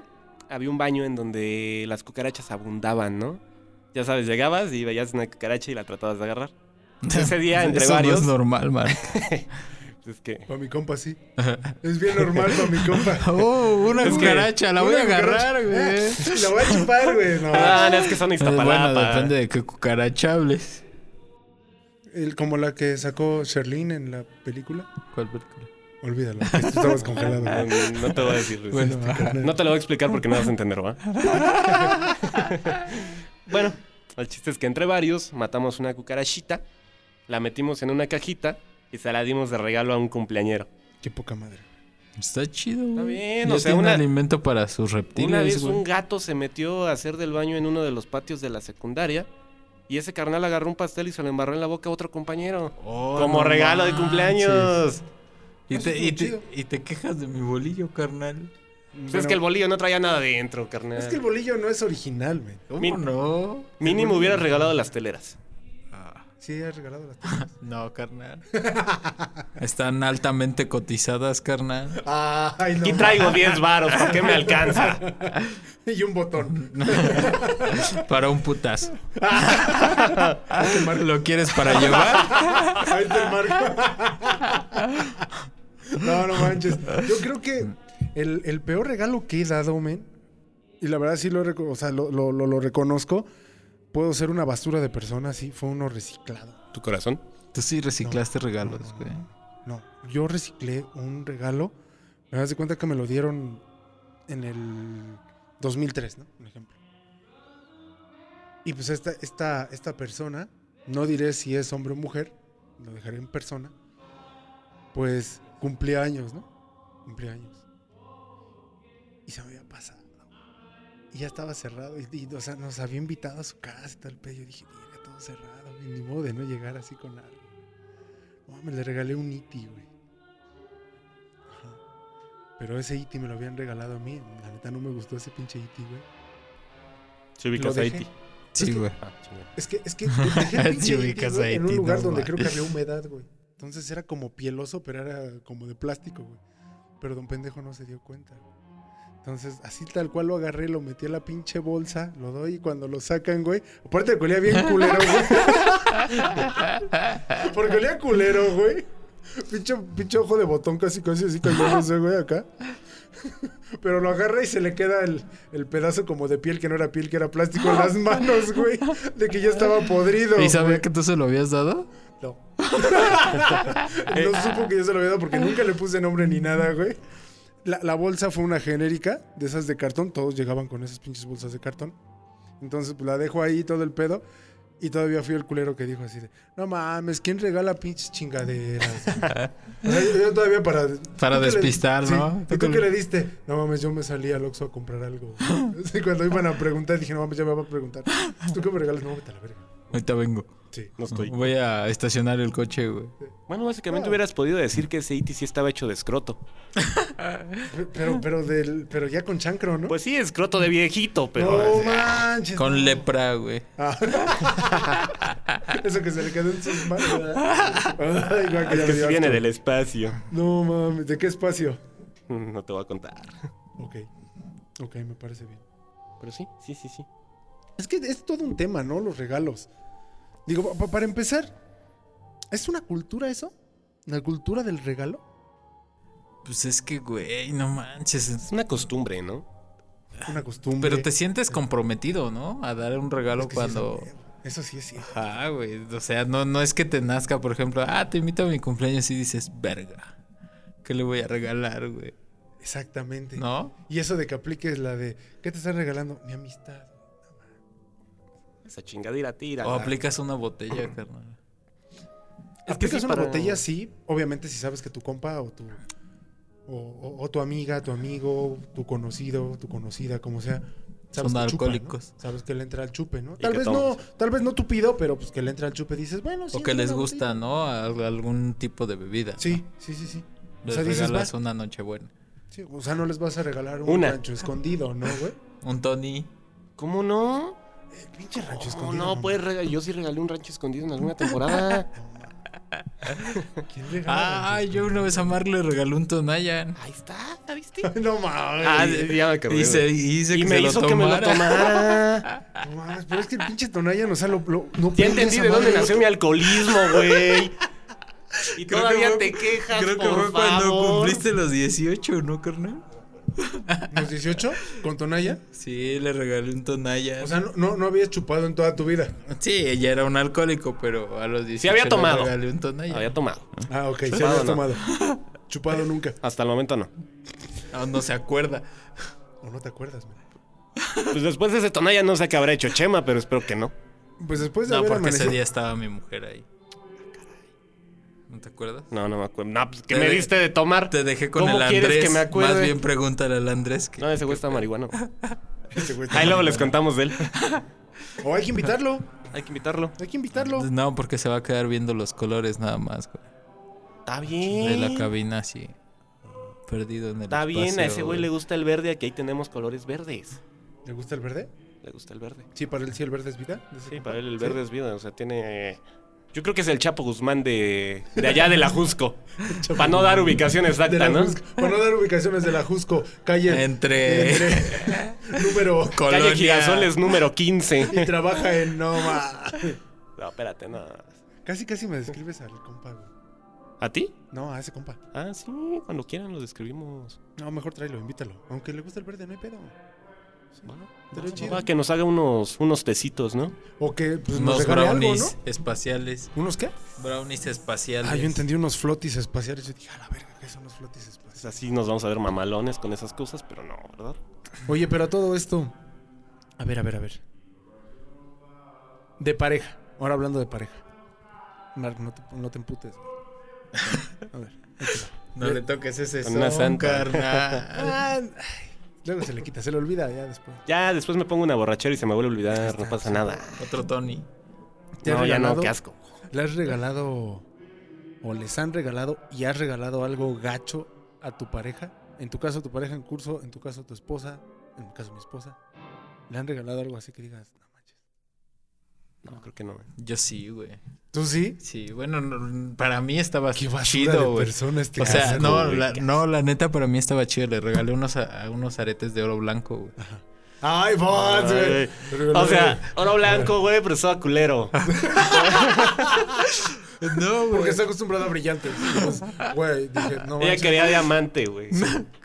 A: había un baño en donde las cucarachas abundaban, ¿no? Ya sabes, llegabas y veías una cucaracha y la tratabas de
B: [LAUGHS]
A: agarrar. Ese día, entre
B: eso
A: varios.
B: no es normal, Mark.
A: [LAUGHS] Es que.
D: Para mi
B: [LAUGHS]
D: compa, sí. Es bien normal para mi compa.
B: Oh, una
A: Es que-
B: cucaracha, [LAUGHS] la voy a
D: Una
B: agarrar,
D: cucaracha.
B: güey.
D: Ah, [LAUGHS] La voy a chupar, güey. No.
A: Ah, no, es que son
B: Eh,
A: Iztapalapa.
B: Bueno, depende de qué cucaracha hables.
D: El- como la que sacó Sherlyn en la película.
B: ¿Cuál película?
D: Olvídalo. que Tú estabas congelado.
A: [LAUGHS] Ah,
D: güey.
A: No te voy a decir. Luis.
B: Bueno,
D: Este, carnal.
A: No te lo voy a explicar porque no vas a entender, ¿va? bueno, el chiste es que entre varios matamos una cucarachita, la metimos en una cajita y se la dimos de regalo a un cumpleañero.
D: Qué poca madre.
B: Está chido, güey.
A: Está bien,
B: Ya
A: o sea,
B: tiene
A: una-
B: alimento para sus reptiles,
A: Una vez
B: güey.
A: un gato se metió a hacer del baño en uno de los patios de la secundaria y ese carnal agarró un pastel y se lo embarró en la boca a otro compañero.
B: Oh,
A: Como
B: no
A: regalo de
B: manches.
A: cumpleaños.
B: Y
D: Eso
B: te,
D: estuvo
B: y, te,
D: chido.
B: y te quejas de mi bolillo, carnal.
A: Pues es que el bolillo no traía nada dentro, carnal.
D: es que el bolillo no es original, güey.
B: ¿Cómo
A: Mi-
B: no?
A: Mínimo hubiera regalado las teleras.
D: Sí, has regalado
A: [LAUGHS]
D: las tazas.
B: No, carnal. [LAUGHS] Están altamente cotizadas, carnal. [LAUGHS]
D: Ay,
A: Aquí
D: no.
A: traigo 10 varos, ¿para qué me alcanza?
D: [LAUGHS] Y un botón.
B: Para un putazo. ¿Lo quieres para llevar?
D: [LAUGHS] [LAUGHS] Ahí te marco. [LAUGHS] No, no manches. Yo creo que el, el peor regalo que he dado, men, y la verdad sí lo, reco- o sea, lo, lo- lo- lo reconozco, puedo ser una basura de persona, sí, fue uno reciclado.
A: ¿Tu corazón?
B: Tú sí reciclaste regalos, güey.
D: No, yo reciclé un regalo, me das de cuenta que me lo dieron en el 2003, ¿no? Un ejemplo. Y pues esta, esta, esta persona, no diré si es hombre o mujer, lo dejaré en persona, pues cumplía años, ¿no? Cumplía años. Y se me había pasado. Y ya estaba cerrado. Y, y, o sea, nos había invitado a su casa y tal, pero yo dije, mira, todo cerrado. Y ni modo de no llegar así con algo. No, me le regalé un iti, güey. Ajá. Pero ese iti me lo habían regalado a mí. La neta no me gustó ese pinche iti, güey.
A: Se
D: ubicas Lo dejé. a Haití.
B: Sí, güey.
D: Es que,
B: [LAUGHS]
D: es que dejé el
B: Sí
D: pinche E.T.,
B: ubicas
D: güey,
B: a
D: en un
B: E.T.,
D: lugar
B: no
D: donde
B: mames.
D: creo que había humedad, güey. Entonces era como pieloso, pero era como de plástico, güey. pero don pendejo no se dio cuenta. Entonces, así tal cual lo agarré, lo metí a la pinche bolsa, lo doy y cuando lo sacan, güey. Aparte, colía bien culero, güey. Porque olía culero, güey. Pinche, pinche ojo de botón casi, casi así cayéndose, güey, acá. Pero lo agarra y se le queda el, el pedazo como de piel que no era piel, que era plástico en las manos, güey. De que ya estaba podrido.
B: ¿Y sabía
D: güey.
B: que tú se lo habías dado? [LAUGHS]
D: No. no supo que yo se lo había dado porque nunca le puse nombre ni nada, güey. La, la bolsa fue una genérica de esas de cartón. Todos llegaban con esas pinches bolsas de cartón. Entonces pues, la dejo ahí todo el pedo. Y todavía fui el culero que dijo así de, no mames, ¿quién regala pinches chingaderas?
B: [LAUGHS]
D: O sea, yo, yo todavía para...
B: Para
D: ¿tú qué le-
B: despistar,
D: sí,
B: ¿no?
D: ¿Y tú qué le diste? No mames, yo me salí al Oxxo a comprar
B: [LAUGHS]
D: algo. Así, cuando iban a preguntar, dije, no mames, ya me va a preguntar. ¿Tú qué me regalas? No, vete a la verga.
B: Ahorita vengo.
D: Sí.
A: No estoy.
B: Voy a estacionar el coche, güey.
A: Bueno,
D: Ah.
A: básicamente hubieras podido decir que ese IT sí estaba hecho de escroto.
D: Pero, pero, del, pero ya con chancro, ¿no?
A: Pues sí, escroto de viejito,
D: ¿Eh? no
A: pero.
D: manches.
B: Con
D: no.
B: lepra, güey.
D: [LAUGHS] Eso que se le quedó en sus manos. Ay,
A: Es
D: guau, ya
A: que
D: me
A: sí
D: dio
A: viene
D: asco.
A: del espacio. [LAUGHS]
D: No mames, ¿de qué espacio?
A: Mm, No te voy a contar.
D: Ok. Ok, me parece bien.
A: Pero sí, sí, sí, sí.
D: Es que es todo un tema, ¿no? Los regalos. Digo, pa- para empezar, ¿es una cultura eso? ¿La cultura del regalo?
B: Pues es que, güey, no manches.
A: Es una costumbre, ¿no?
D: Una costumbre.
B: Pero te sientes comprometido, ¿no? A dar un regalo
D: Es que sí es
B: cuando.
D: algo- Eso sí es cierto.
B: Ah, güey. O sea, no, no es que te nazca, por ejemplo, ah, te invito a mi cumpleaños y dices, verga. ¿Qué le voy a regalar, güey?
D: Exactamente.
B: ¿No?
D: Y eso de que apliques la de, ¿qué te están regalando? Mi amistad.
A: Esa chingadera tira.
B: O aplicas una botella, carnal.
A: Es
D: Es
A: que
D: que
A: sí,
D: es una
A: para-
D: botella, sí. Obviamente, si sabes que tu compa o tu. O, o- o tu amiga, tu amigo, tu conocido, tu conocida, como sea. sabes
B: Son
D: que chupa, ¿no?
B: alcohólicos.
D: Sabes que le entra al chupe, ¿no?
A: Y
D: Tal
A: que
D: vez
A: tomas.
D: no, tal vez no tu pido, pero pues que le entra al chupe dices, bueno, sí.
B: O que
D: una
B: les
D: botella.
B: gusta, ¿no? Al- Algún tipo de bebida.
D: Sí, sí, sí, sí. O
B: Les
D: sea, dices,
B: regalas
D: va.
B: una noche buena.
D: Sí, o sea, no les vas a regalar un
A: Una.
D: rancho escondido, ¿no, güey?
B: Un Tony.
A: ¿Cómo no?
D: El pinche rancho
A: ¿Cómo
D: escondido.
A: no? Pues rega- yo sí regalé un rancho escondido en alguna
B: [LAUGHS]
A: temporada.
D: ¿Quién regala?
B: Ah,
D: rancho
B: yo una vez a Mark le regalé un Tonayan.
A: Ahí está, ¿la viste?
D: escondido? [LAUGHS] No mames.
A: Ah, ya me acordé.
B: Y se y dice
A: Y
B: que
A: me
B: se
A: hizo
B: lo
A: que me lo
B: tomara.
A: tomara.
D: No mames, pero es que el pinche Tonayan, o sea, lo. lo no
A: Ya
D: prende
A: entendí
D: esa
A: de dónde
D: madre.
A: nació mi alcoholismo,
B: [LAUGHS]
A: güey. Y
B: Creo que
A: todavía
B: fue-
A: te quejas,
B: [LAUGHS] Creo que
A: por favor.
B: fue cuando cumpliste los 18, ¿no, carnal?
D: ¿Los 18? ¿Con Tonayan?
B: Sí, le regalé un Tonayan.
D: O sea, no, no, no habías chupado en toda tu vida.
B: sí, ella era un alcohólico, pero a los 18
A: había
B: le
A: tomado.
B: regalé un Tonayan.
A: Había tomado.
D: Ah, ok, sí
A: Chupado
D: habías
A: no. [LAUGHS]
D: tomado. Chupado nunca.
A: Hasta el momento no.
B: No, no se acuerda.
D: O no te acuerdas, man.
A: Pues después de ese tonalla no sé qué habrá hecho Chema, pero espero que no.
D: Pues después de
B: No,
D: haber
B: porque ese
D: amanecido.
B: día estaba mi mujer ahí. ¿No te acuerdas?
A: No, no me acuerdo. No, pues que
B: Te
A: me
B: de-
A: diste de tomar.
B: Te dejé con
A: ¿Cómo
B: el
A: quieres
B: Andrés.
A: que me acuerde?
B: Más bien pregúntale al Andrés. Que...
A: No, ese güey está marihuano.
D: [LAUGHS] Ese güey
A: [LAUGHS]
D: está-
A: Ahí luego les contamos de él.
D: O hay que invitarlo.
A: Hay que invitarlo.
D: Hay que invitarlo.
B: No, porque se va a quedar viendo los colores nada más, güey.
A: Está
B: De
A: bien.
B: la cabina así. Perdido en el
A: Está bien, a ese
B: espacio,
A: güey le gusta el verde, aquí ahí tenemos colores verdes.
D: ¿Le gusta el verde?
A: Le gusta el verde.
D: Sí, para él sí el verde es vida. Dice
A: Sí,
D: que-
A: para él el verde es vida, o sea, tiene... Yo creo que es el Chapo Guzmán de, de allá de la Jusco. [LAUGHS] para no dar ubicación
D: De la
A: exacta, ¿no?
D: Jusco. Para no dar ubicaciones de la Jusco, calle.
B: Entre-
D: entre-
A: [LAUGHS]
D: [LAUGHS] número.
A: Calle
B: Colonia.
A: Girasoles número
D: Y
A: 15.
D: trabaja en Noma.
A: [LAUGHS] no, espérate, no.
D: Casi, casi me describes al compa, güey.
A: ¿A ti?
D: No, a ese compa.
A: Ah, sí, cuando quieran lo describimos.
D: No, mejor tráelo, invítalo. Aunque le gusta el verde, no hay pedo.
A: Va,
D: Estaría
A: va,
D: chido.
A: va, que nos haga unos, unos tecitos, ¿no?
D: O que pues, nos
B: Unos
D: regale algo,
B: brownies
D: ¿no?
B: espaciales.
D: ¿Unos qué?
B: Brownies espaciales.
D: Ah, yo entendí unos flotis espaciales. Yo dije, a la verga, ¿qué son los flotis
A: Pues
D: espaciales?
A: así nos vamos a ver mamalones con esas cosas, pero no, ¿verdad?
D: Oye, pero a todo esto. A ver, a ver, a ver. De pareja. Ahora hablando de pareja. Mark, no te, no
A: [LAUGHS]
D: te emputes. güey. A ver. ahí te va.
B: No le toques ese
A: Con una
B: son,
A: santa. [LAUGHS]
B: carnal.
D: Ah, ay, luego se le quita, se le olvida ya después.
A: Ya después me pongo una borrachera y se me vuelve a olvidar, no pasa nada.
B: Otro Tony.
D: ¿Te han
A: No, ya no,
D: regalado?
A: qué asco.
D: ¿Le has regalado o les han regalado y has regalado algo gacho a tu pareja? En tu caso, tu pareja en curso, en tu caso, tu esposa, en mi caso, mi esposa. ¿Le han regalado algo así que digas, no manches?
A: No, creo que no.
B: Yo sí, güey.
D: ¿Tú sí?
B: Sí, bueno, no, para mí estaba
D: Qué basura
B: chido,
D: de
B: güey.
D: persona este
B: O sea,
D: cabrón,
B: no
D: güey.
B: la, no, la neta para mí estaba chido. Le regalé unos, a- a unos aretes de oro blanco,
D: [LAUGHS]
B: güey.
D: Ay,
B: Ah,
D: Fox, güey.
A: Ay. O sea, oro blanco, güey, pero estaba
B: [LAUGHS]
A: culero.
B: No,
D: Porque está acostumbrado a brillantes. Entonces, Güey, dije, no
A: Ella
D: manches.
A: quería diamante, güey.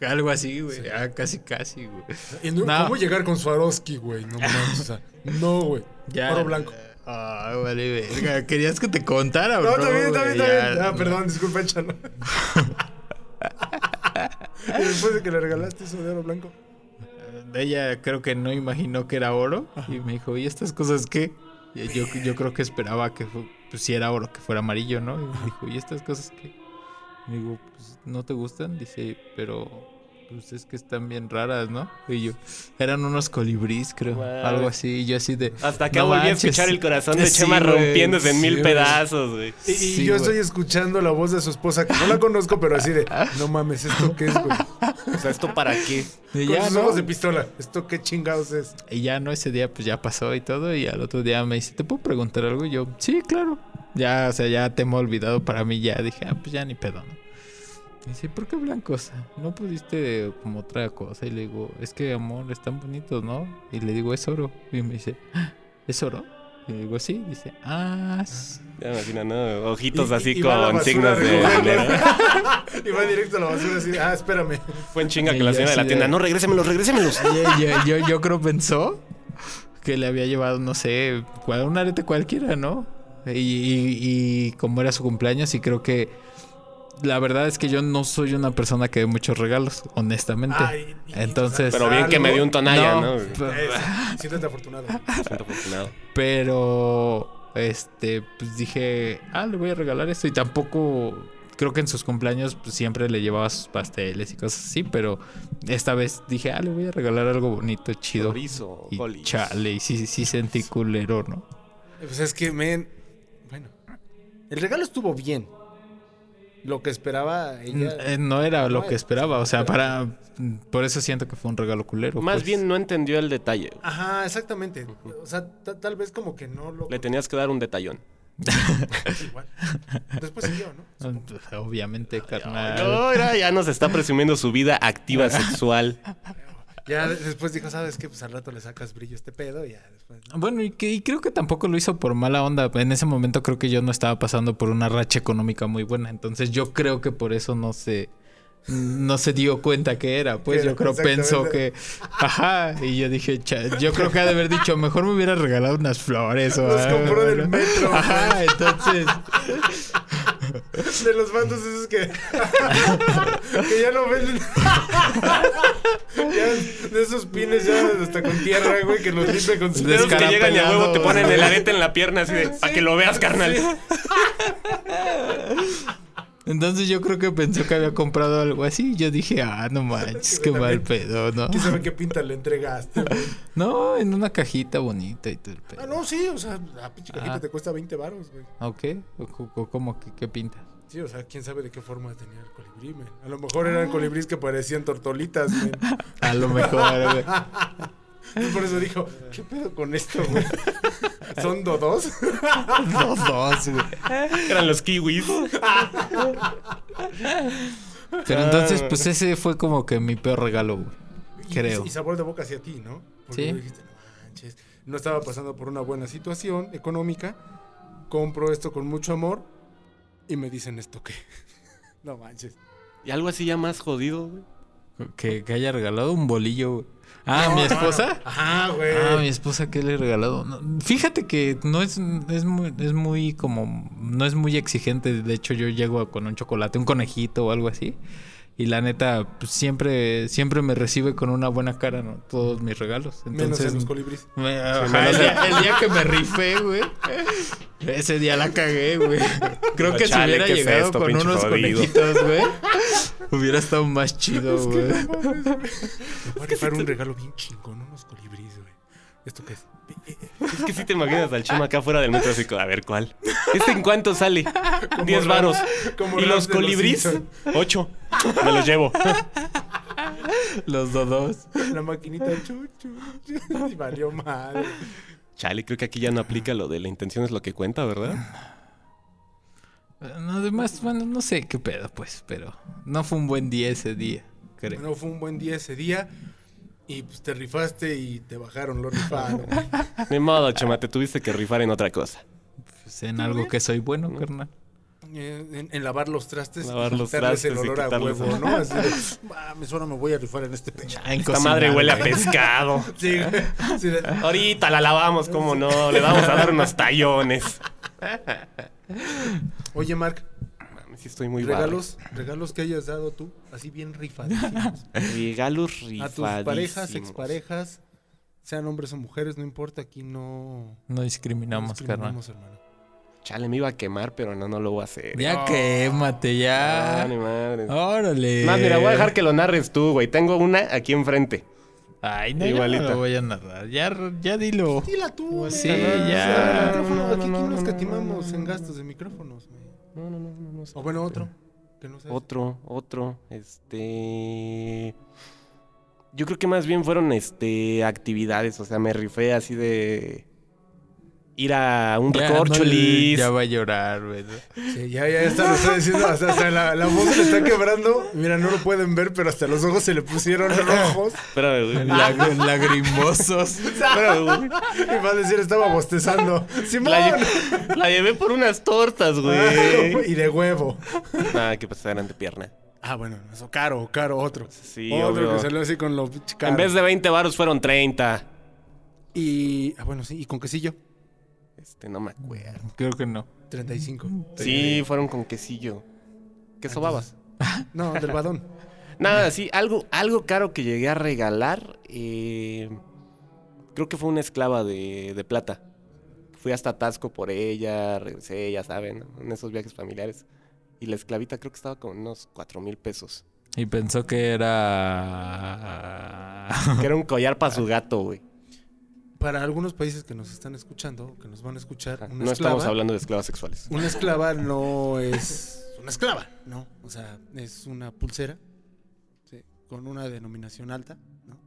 B: Algo así, güey. Ah, casi, casi, güey.
D: Y no-
B: No.
D: ¿Cómo llegar con Swarovski, güey? No manches. O sea, no, güey.
B: Ya.
D: Oro blanco.
B: Ah, vale, verga. ¿Querías que te contara,
D: No,
B: bro?
D: está bien, está bien, está
B: Ya,
D: bien. Ah, perdón, disculpa, échalo. [LAUGHS] y después de que le regalaste eso de oro blanco.
B: Ella creo que no imaginó que era oro. Y me dijo, ¿y estas cosas qué? Y Yo, yo creo que esperaba que fu- pues, si era oro, que fuera amarillo, ¿no? Y me dijo, ¿y estas cosas qué? Y digo, pues no te gustan. Dice, pero pues es que están bien raras, ¿no? Y yo, eran unos colibrís, creo.
A: Wow.
B: Algo así. Y yo así
D: Ah,
B: de.
A: Hasta acá
B: "No
A: volví
B: manches".
A: a escuchar el corazón de
B: Sí,
A: Chema
B: güey,
A: rompiéndose en
B: sí,
A: mil
B: güey.
A: pedazos, güey.
D: Y, y
B: Sí,
D: yo
B: güey.
D: estoy escuchando la voz de su esposa, que no la conozco, pero así de, no mames, ¿esto qué es, güey?
A: O sea, ¿esto para qué?
B: Y
D: Con
B: ya,
D: sus
B: ¿no?
D: ojos de pistola. ¿Esto qué chingados es?
B: Y ya no, ese día pues ya pasó y todo. Y al otro día me dice, ¿te puedo preguntar algo? Y yo, sí, claro. Ya, o sea, ya te hemos olvidado para mí. Ya dije, ah, pues ya ni pedo, ¿no? Y dice, ¿por qué blancos? ¿No pudiste como otra cosa? Y le digo, es que amor, están bonitos, ¿no? Y le digo, es oro. Y me dice, "Ah, ¿es oro? Y le digo, sí. Dice, ah, s-
A: Ya me imagino, ¿no? Ojitos
D: Y-
A: así
D: y va a la
A: con
D: basura
A: signos
D: a
A: de
D: recogerlo.
A: dinero. [LAUGHS]
D: Y va directo a la basura así, ah, espérame.
A: Fue en chinga
B: Y
A: que la
B: ya
A: señora de la
B: así de-
A: tienda. No, regrésemelos, regrésemelos.
B: Y- y- yo, yo creo pensó que le había llevado, no sé, cual- un arete cualquiera, ¿no? Y, y- y como era su cumpleaños, y creo que la verdad es que yo no soy una persona que dé muchos regalos, honestamente.
D: Ay, y-
B: Entonces,
A: Pero bien que me dio un tonalla,
B: No.
A: ¿no?
D: Eso, siéntate afortunado.
A: Siento afortunado.
B: pero este, pues dije, ah, le voy a regalar esto. Y tampoco, creo que en sus cumpleaños pues, siempre le llevaba sus pasteles y cosas así, pero esta vez dije, ah, le voy a regalar algo bonito, chido.
A: Chorizo,
B: Y
A: colis.
B: chale, y sí, sí, sí sentí culero, ¿no?
D: Pues es que, men, bueno, el regalo estuvo bien. Lo que esperaba ella.
B: Eh, No era lo
D: No,
B: que esperaba, o sea, para... Por eso siento que fue un regalo culero.
A: Más
B: pues.
A: bien no entendió el detalle. güey.
D: Ajá, exactamente. O sea, ta- tal vez como que no lo.
A: Le tenías que dar un detallón.
D: igual. Después siguió, ¿no?
B: Ah, pues, Obviamente,
D: Ah.
B: carnal.
A: No, ya, ya nos está presumiendo su vida
D: [LAUGHS]
A: activa sexual.
D: Ya después dijo, ¿sabes qué? Pues al rato le sacas brillo a este pedo y ya después. ¿no?
B: Bueno, y, que, y creo que tampoco lo hizo por mala onda. En ese momento creo que yo no estaba pasando por una racha económica muy buena. Entonces yo creo que por eso no se... No se dio cuenta que era, pues
D: Era,
B: yo creo pensó que, ajá, y yo dije, "Cha- yo creo que ha de haber dicho, mejor me hubiera regalado unas flores o
D: Los compró del metro, güey.
B: Ajá, entonces,
D: [LAUGHS] De los bandos esos que. [LAUGHS] que ya no venden. ya, de esos pines ya hasta con tierra, güey, que los limpia con su
A: De esos que llegan y a huevo te
B: Descarapelado,
A: ponen
B: güey.
A: el arete en la pierna así de, para que lo veas, carnal.
B: Entonces yo creo que pensó que había comprado algo así. Yo dije, ah,
D: [LAUGHS]
B: no manches, qué mal pedo, ¿no?
D: ¿Quién sabe qué pinta le entregaste? güey?
B: [LAUGHS] No, en una cajita bonita y todo el
D: Ah,
B: pedo.
D: no, sí, o sea, la pinche cajita
B: Ah.
D: te cuesta 20 baros, güey.
B: Ok, o co- co- ¿cómo que qué pinta?
D: Sí, o sea, quién sabe de qué forma tenía el colibrí, men. A lo mejor eran colibríes que parecían tortolitas, men.
B: A lo mejor,
D: [LAUGHS]
B: güey.
D: Y por eso dijo, ¿qué pedo con esto, güey? ¿Son dodos?
B: Los dos, güey.
A: Eran los kiwis.
B: Pero
D: Ah.
B: entonces, pues ese fue como que mi peor regalo, güey.
D: Y-
B: Creo.
D: Y, sabor de boca hacia ti, ¿no? Porque
B: Sí.
D: dijiste, no manches, no estaba pasando por una buena situación económica. Compro esto con mucho amor y me dicen esto qué. [LAUGHS] No manches.
A: Y algo así ya más jodido, güey.
B: Que, que haya regalado un bolillo, güey. Ah,
D: [LAUGHS]
B: ¿mi esposa?
D: Ajá, güey.
B: Ah, mi esposa, ¿qué le he regalado? No, fíjate que no es, es, muy, es muy como... No es muy exigente. De hecho, yo llego a- con un chocolate, un conejito o algo así. Y la neta, pues, siempre, siempre me recibe con una buena cara, ¿no? Todos mis regalos.
D: Menos
B: Entonces,
D: en los colibríes.
B: me- ajá, el, día, el día que me rifé, güey. Ese día la cagué, güey. Creo
A: No,
B: que si
A: chale,
B: hubiera
A: ¿qué es
B: llegado
A: esto,
B: con
A: pinche
B: unos
A: jodido?
B: conejitos, güey. Hubiera
A: [LAUGHS]
B: estado más chido, güey.
D: Voy a rifar un regalo bien chingón, unos colibríes, güey. ¿Esto qué es?
A: Es que si te imaginas al Chema acá afuera del metro así, a ver cuál. ¿Este en cuánto sale? 10
D: Ram-
A: varos.
D: como
A: ¿Y
D: Ram
A: los
D: de los
A: colibrís?
D: Simpson.
A: 8. Me los llevo.
B: Los dodos.
D: [LAUGHS] La maquinita chuchu. Y valió mal.
A: Chale, creo que aquí ya no aplica lo de la intención es lo que cuenta, ¿verdad?
B: No, además, bueno, no sé qué pedo, pues, pero no fue un buen día ese día, creo.
D: Bueno, fue un buen día ese día. Y pues te rifaste y te bajaron,
A: [LAUGHS]
D: lo rifaron.
A: Ni modo, Chema, te tuviste que rifar en otra cosa.
B: Pues, en algo que soy bueno, carnal.
D: Eh, en, en lavar los trastes
A: Lavar
D: y
A: los
D: quitarles
A: trastes y
D: el olor a
A: quitarles-
D: huevo, ¿no? Así de, mames, ahora me voy a rifar en este pecho.
B: En
A: Esta madre
B: cocinar,
A: huele a
B: güey.
A: pescado.
D: Sí, güey. Sí, de-
A: Ahorita la lavamos, cómo no. Le vamos a dar unos tallones.
D: Oye, Marc,
A: Mames, sí estoy muy
D: regalos, regalos que hayas dado tú, así
A: [LAUGHS]
D: bien rifadísimos.
A: barro. Regalos
D: A tus
A: rifadísimos.
D: parejas, exparejas, sean hombres o mujeres, no importa, aquí no
B: No discriminamos, carnal.
D: discriminamos, hermano.
A: Chale, me iba a quemar, pero no, no lo voy a hacer.
B: Ya quémate,
A: Ah,
B: ya.
A: ni madre.
B: Órale.
A: Más, mira, voy a dejar que lo narres tú, güey. Tengo una aquí enfrente.
B: Ay, no,
A: Igualito.
B: Igualito. lo voy a narrar. Ya, ya dilo.
D: Dila tú, men.
B: sí,
D: Ah,
B: ya.
D: el micrófono,
A: Pues No, no,
D: aquí,
A: no,
D: aquí nos
A: no,
D: catimamos
A: no, no,
D: en
A: no.
D: gastos de micrófonos, men.
A: No, no, no, no, no sé.
D: O bueno, otro. Que no sabes.
A: Otro, otro, este... Yo creo que más bien fueron este actividades, o sea, me rifé así de ir a un
B: Ya,
A: recorcholis.
B: no, ya va a llorar, güey.
D: Sí, ya, ya, está, lo está diciendo. Hasta, hasta la, la voz se le está quebrando. Mira, no lo pueden ver, pero hasta los ojos se le pusieron rojos.
A: Espérame, güey.
B: Lag- lagrimosos.
A: Espérame, güey.
D: Y va a decir, estaba bostezando. ¡Simón!
A: La, lle- la llevé por unas tortas, güey.
D: y de huevo.
A: Nada, que pasó de pierna.
D: Ah, bueno, eso caro, caro, otro.
A: Sí,
D: otro
A: obvio.
D: Oh, que salió así con lo pinche caro.
A: En vez de 20 varos fueron 30.
D: Y. Ah, bueno, sí, y con quesillo.
A: Este, no me acuerdo.
B: Creo que no.
D: 35.
A: Sí, fueron con quesillo.
D: Ah,
A: Queso babas.
D: No, del badón.
A: Nada, sí, algo, algo caro que llegué a regalar. eh, creo que fue una esclava de, de plata. Fui hasta Tasco por ella, regresé, ya saben, en esos viajes familiares. Y la esclavita creo que estaba con unos 4 mil pesos.
B: Y pensó que
A: [LAUGHS]
B: era.
A: Que era un collar para su gato, güey.
D: Para algunos países que nos están escuchando, que nos van a escuchar, una
A: No
D: esclava,
A: estamos hablando de esclavas sexuales.
D: Una esclava no es una esclava, ¿no? O sea, es una pulsera ¿sí? con una denominación alta, ¿no?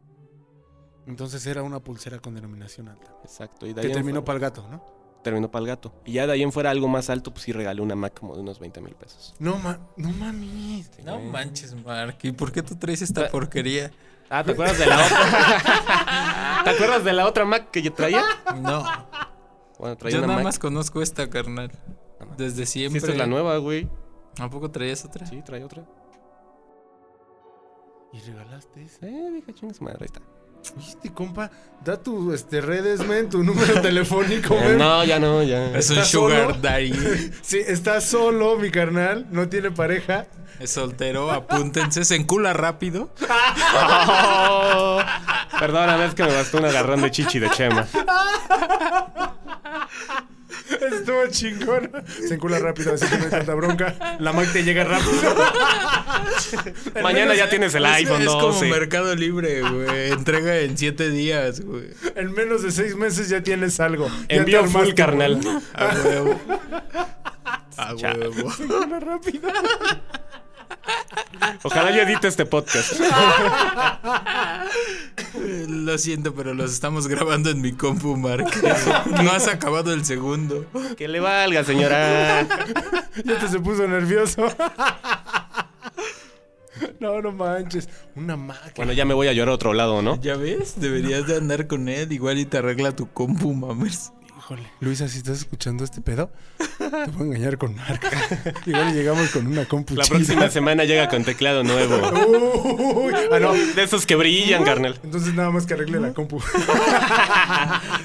D: Entonces era una pulsera con denominación alta.
A: Exacto. Y de
D: Que
A: ahí en
D: terminó
A: fuera-
D: para el gato, ¿no?
A: terminó pa'l gato. Y ya de ahí en fuera algo más alto, pues sí regalé una Mac como de unos 20 mil pesos.
D: No, ma no mami.
B: No manches, Mark. ¿Y por qué tú traes esta porquería?
A: Ah, ¿te acuerdas de la otra? [LAUGHS] ¿Te acuerdas de la otra Mac que yo traía?
B: No.
A: Bueno, traía
B: Yo
A: una
B: nada
A: Mac.
B: más conozco esta, carnal. Desde
A: Sí,
B: siempre. Ah.
A: esta es la nueva, güey.
B: ¿A poco traías otra?
A: Sí, trae otra.
D: ¿Y regalaste esa?
A: Eh, dije, chinga su madre, ahí está.
D: Oíste, compa, da tu este, redes, men, tu número [LAUGHS] telefónico,
A: Eh,
D: men.
A: no, ya no, ya. [LAUGHS]
B: Es un
D: ¿Estás
B: sugar
D: solo?
B: daddy.
D: Sí, está solo, mi carnal, no tiene pareja.
B: Es soltero, apúntense, se encula rápido.
A: Oh, perdóname, es que me bastó un agarrón de chichi de Chema.
D: Estuvo chingón. Se encula rápido, así que no hay tanta bronca. La Mac te llega rápido.
A: Mañana ya tienes el
B: Es-
A: iPhone
B: Es como
A: 12.
B: Mercado Libre, güey. Entrega en siete días, güey.
D: En menos de seis meses ya tienes algo. Ya te
A: Envío full,
D: armaste,
A: carnal.
B: A huevo. A huevo.
D: Una rápida.
A: Ojalá yo edite este
B: [LAUGHS]
A: podcast.
B: Lo siento, pero los estamos grabando en mi compu, Mark. No has acabado el segundo.
A: Que le valga, señora.
D: Ya te se puso nervioso. No, no manches. Una máquina.
A: Bueno, ya me voy a llorar a otro lado, ¿no?
B: ¿Ya ves? Deberías de andar con él. Igual y te arregla tu compu, mames.
D: Híjole. Luisa, si estás escuchando este pedo, te voy a engañar con marca. Igual llegamos con una compu
A: La
D: chida.
A: próxima semana llega con teclado nuevo.
D: Uy, ah, no.
A: De esos que brillan, carnal.
D: Entonces nada más que arregle la compu. [LAUGHS]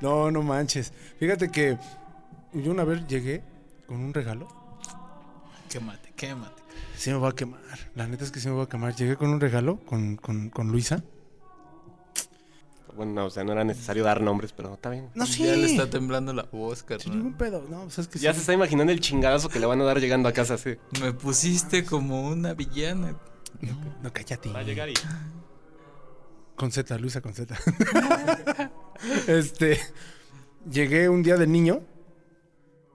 D: no, no manches. Fíjate que yo una vez llegué con un regalo.
B: Quémate, quémate.
D: Sí me va a quemar. La neta es que sí me va a quemar. Llegué con un regalo con, con, con Luisa.
A: Bueno, no, o sea, no era necesario dar nombres, pero está bien.
D: No, sí.
B: Ya le está temblando la voz,
D: Sin
B: carnal.
D: ningún pedo. No, sabes que
A: Ya se
D: sí.
A: está imaginando el chingadazo que le van a dar llegando a casa, sí.
B: Me pusiste como una villana.
D: No, no, cállate.
A: Va a llegar y.
D: Con Z, Luisa con Z. [LAUGHS] este. Llegué un día del niño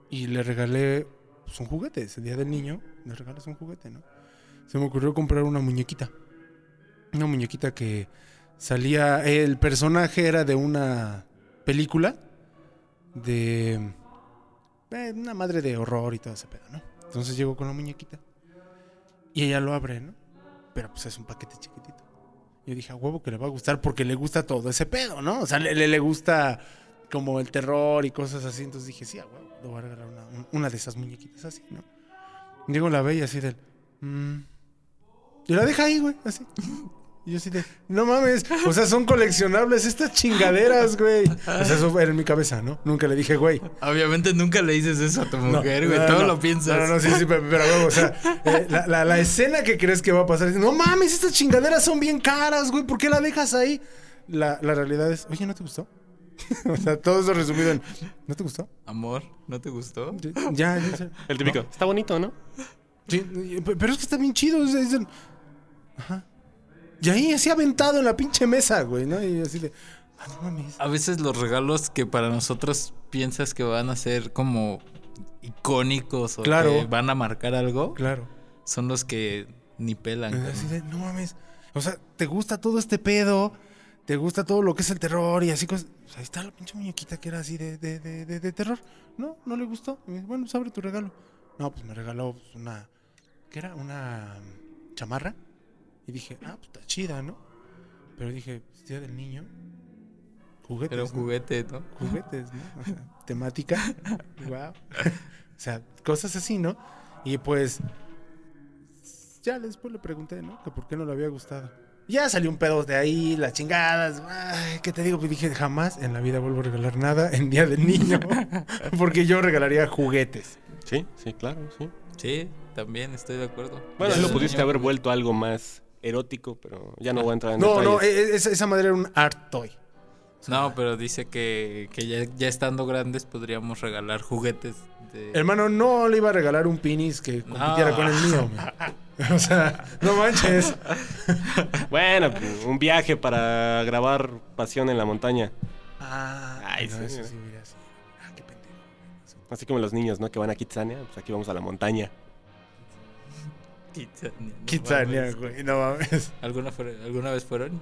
D: y le regalé pues, un juguete. Ese día del niño le regalas un juguete, ¿no? Se me ocurrió comprar una muñequita. Una muñequita que salía. El personaje era de una película de eh, una madre de horror y todo ese pedo, ¿no? Entonces llego con la muñequita y ella lo abre, ¿no? Pero pues es un paquete chiquitito. Yo dije, a huevo que le va a gustar porque le gusta todo ese pedo, ¿no? O sea, le, le- le gusta como el terror y cosas así. Entonces dije, sí, a huevo, le voy a regalar una, un- una de esas muñequitas así, ¿no? Diego la ve y así del. mm. Y la deja ahí, güey, así. [LAUGHS] Y yo así de, no mames, o sea, son coleccionables estas chingaderas, güey. O sea, eso era en mi cabeza, ¿no? Nunca le dije, güey.
B: Obviamente nunca le dices eso a tu
D: No,
B: mujer, güey.
D: no,
B: Todo
D: no.
B: lo piensas.
D: No, no, no, sí, sí, pero, pero, güey, o sea,
B: [LAUGHS]
D: eh, la, la- la escena que crees que va a pasar es, no mames, estas chingaderas son bien caras, güey, ¿por qué la dejas ahí? La, la realidad es, oye, ¿no te gustó? [LAUGHS] o sea, todo eso resumido en, ¿no te gustó?
B: Amor, ¿no te gustó?
D: Ya, ya, ya.
A: El típico. Está bonito, ¿no?
D: Sí, eh, pe- pero es que está bien chido. o sea, es el- Ajá. Y ahí así aventado en la pinche mesa, güey, ¿no? Y así de. Ah, no mames.
B: A veces los regalos que para nosotros piensas que van a ser como icónicos o
D: Claro.
B: que van a marcar algo,
D: Claro.
B: son los que ni pelan.
D: Eh,
B: güey.
D: Así de, no mames. O sea, te gusta todo este pedo. Te gusta todo lo que es el terror y así cosas. O sea, ahí está la pinche muñequita que era así de, de, de, de, de terror. No, no le gustó. Y me dice, bueno, pues abre tu regalo. No, pues me regaló pues, una. ¿Qué era? Una mm, chamarra. Y dije, ah, pues está chida, ¿no? Pero dije, pues, día del niño. Juguetes.
B: Era un
D: ¿no?
B: juguete, ¿no?
D: juguetes, ¿no? O sea, temática. Wow. O sea, cosas así, ¿no? Y pues ya después le pregunté, ¿no? Que por qué no le había gustado. Ya salió un pedo de ahí, las chingadas. Ay, ¿Qué te digo? Pues dije, jamás en la vida vuelvo a regalar nada en Día del Niño. Porque yo regalaría juguetes.
A: Sí, sí, claro, sí.
B: Sí, también estoy de acuerdo.
A: Bueno,
B: Ya
A: ahí lo
B: los
A: pudiste
B: niños-
A: haber vuelto algo más erótico, pero ya Ah, no voy a entrar en
D: No,
A: detalles.
D: no, e- e- esa, esa madre era un art toy.
B: No, pero dice que, que ya, ya estando grandes podríamos regalar juguetes de...
D: Hermano, no le iba a regalar un pinis que compitiera con el mío. güey. [LAUGHS] O sea, no manches.
A: Bueno, pues, un viaje para grabar Pasión en la Montaña.
D: Ah,
A: Ay,
D: no,
A: sí,
D: eso
A: mira.
D: sí, mira, sí. Ah, qué pendejo.
A: Así como los niños, ¿no? Que van a Kitsania, pues aquí vamos a la montaña.
B: Kitsania, no
D: Quitania,
B: mames.
D: güey, no mames.
B: ¿Alguna, fue- ¿Alguna vez fueron?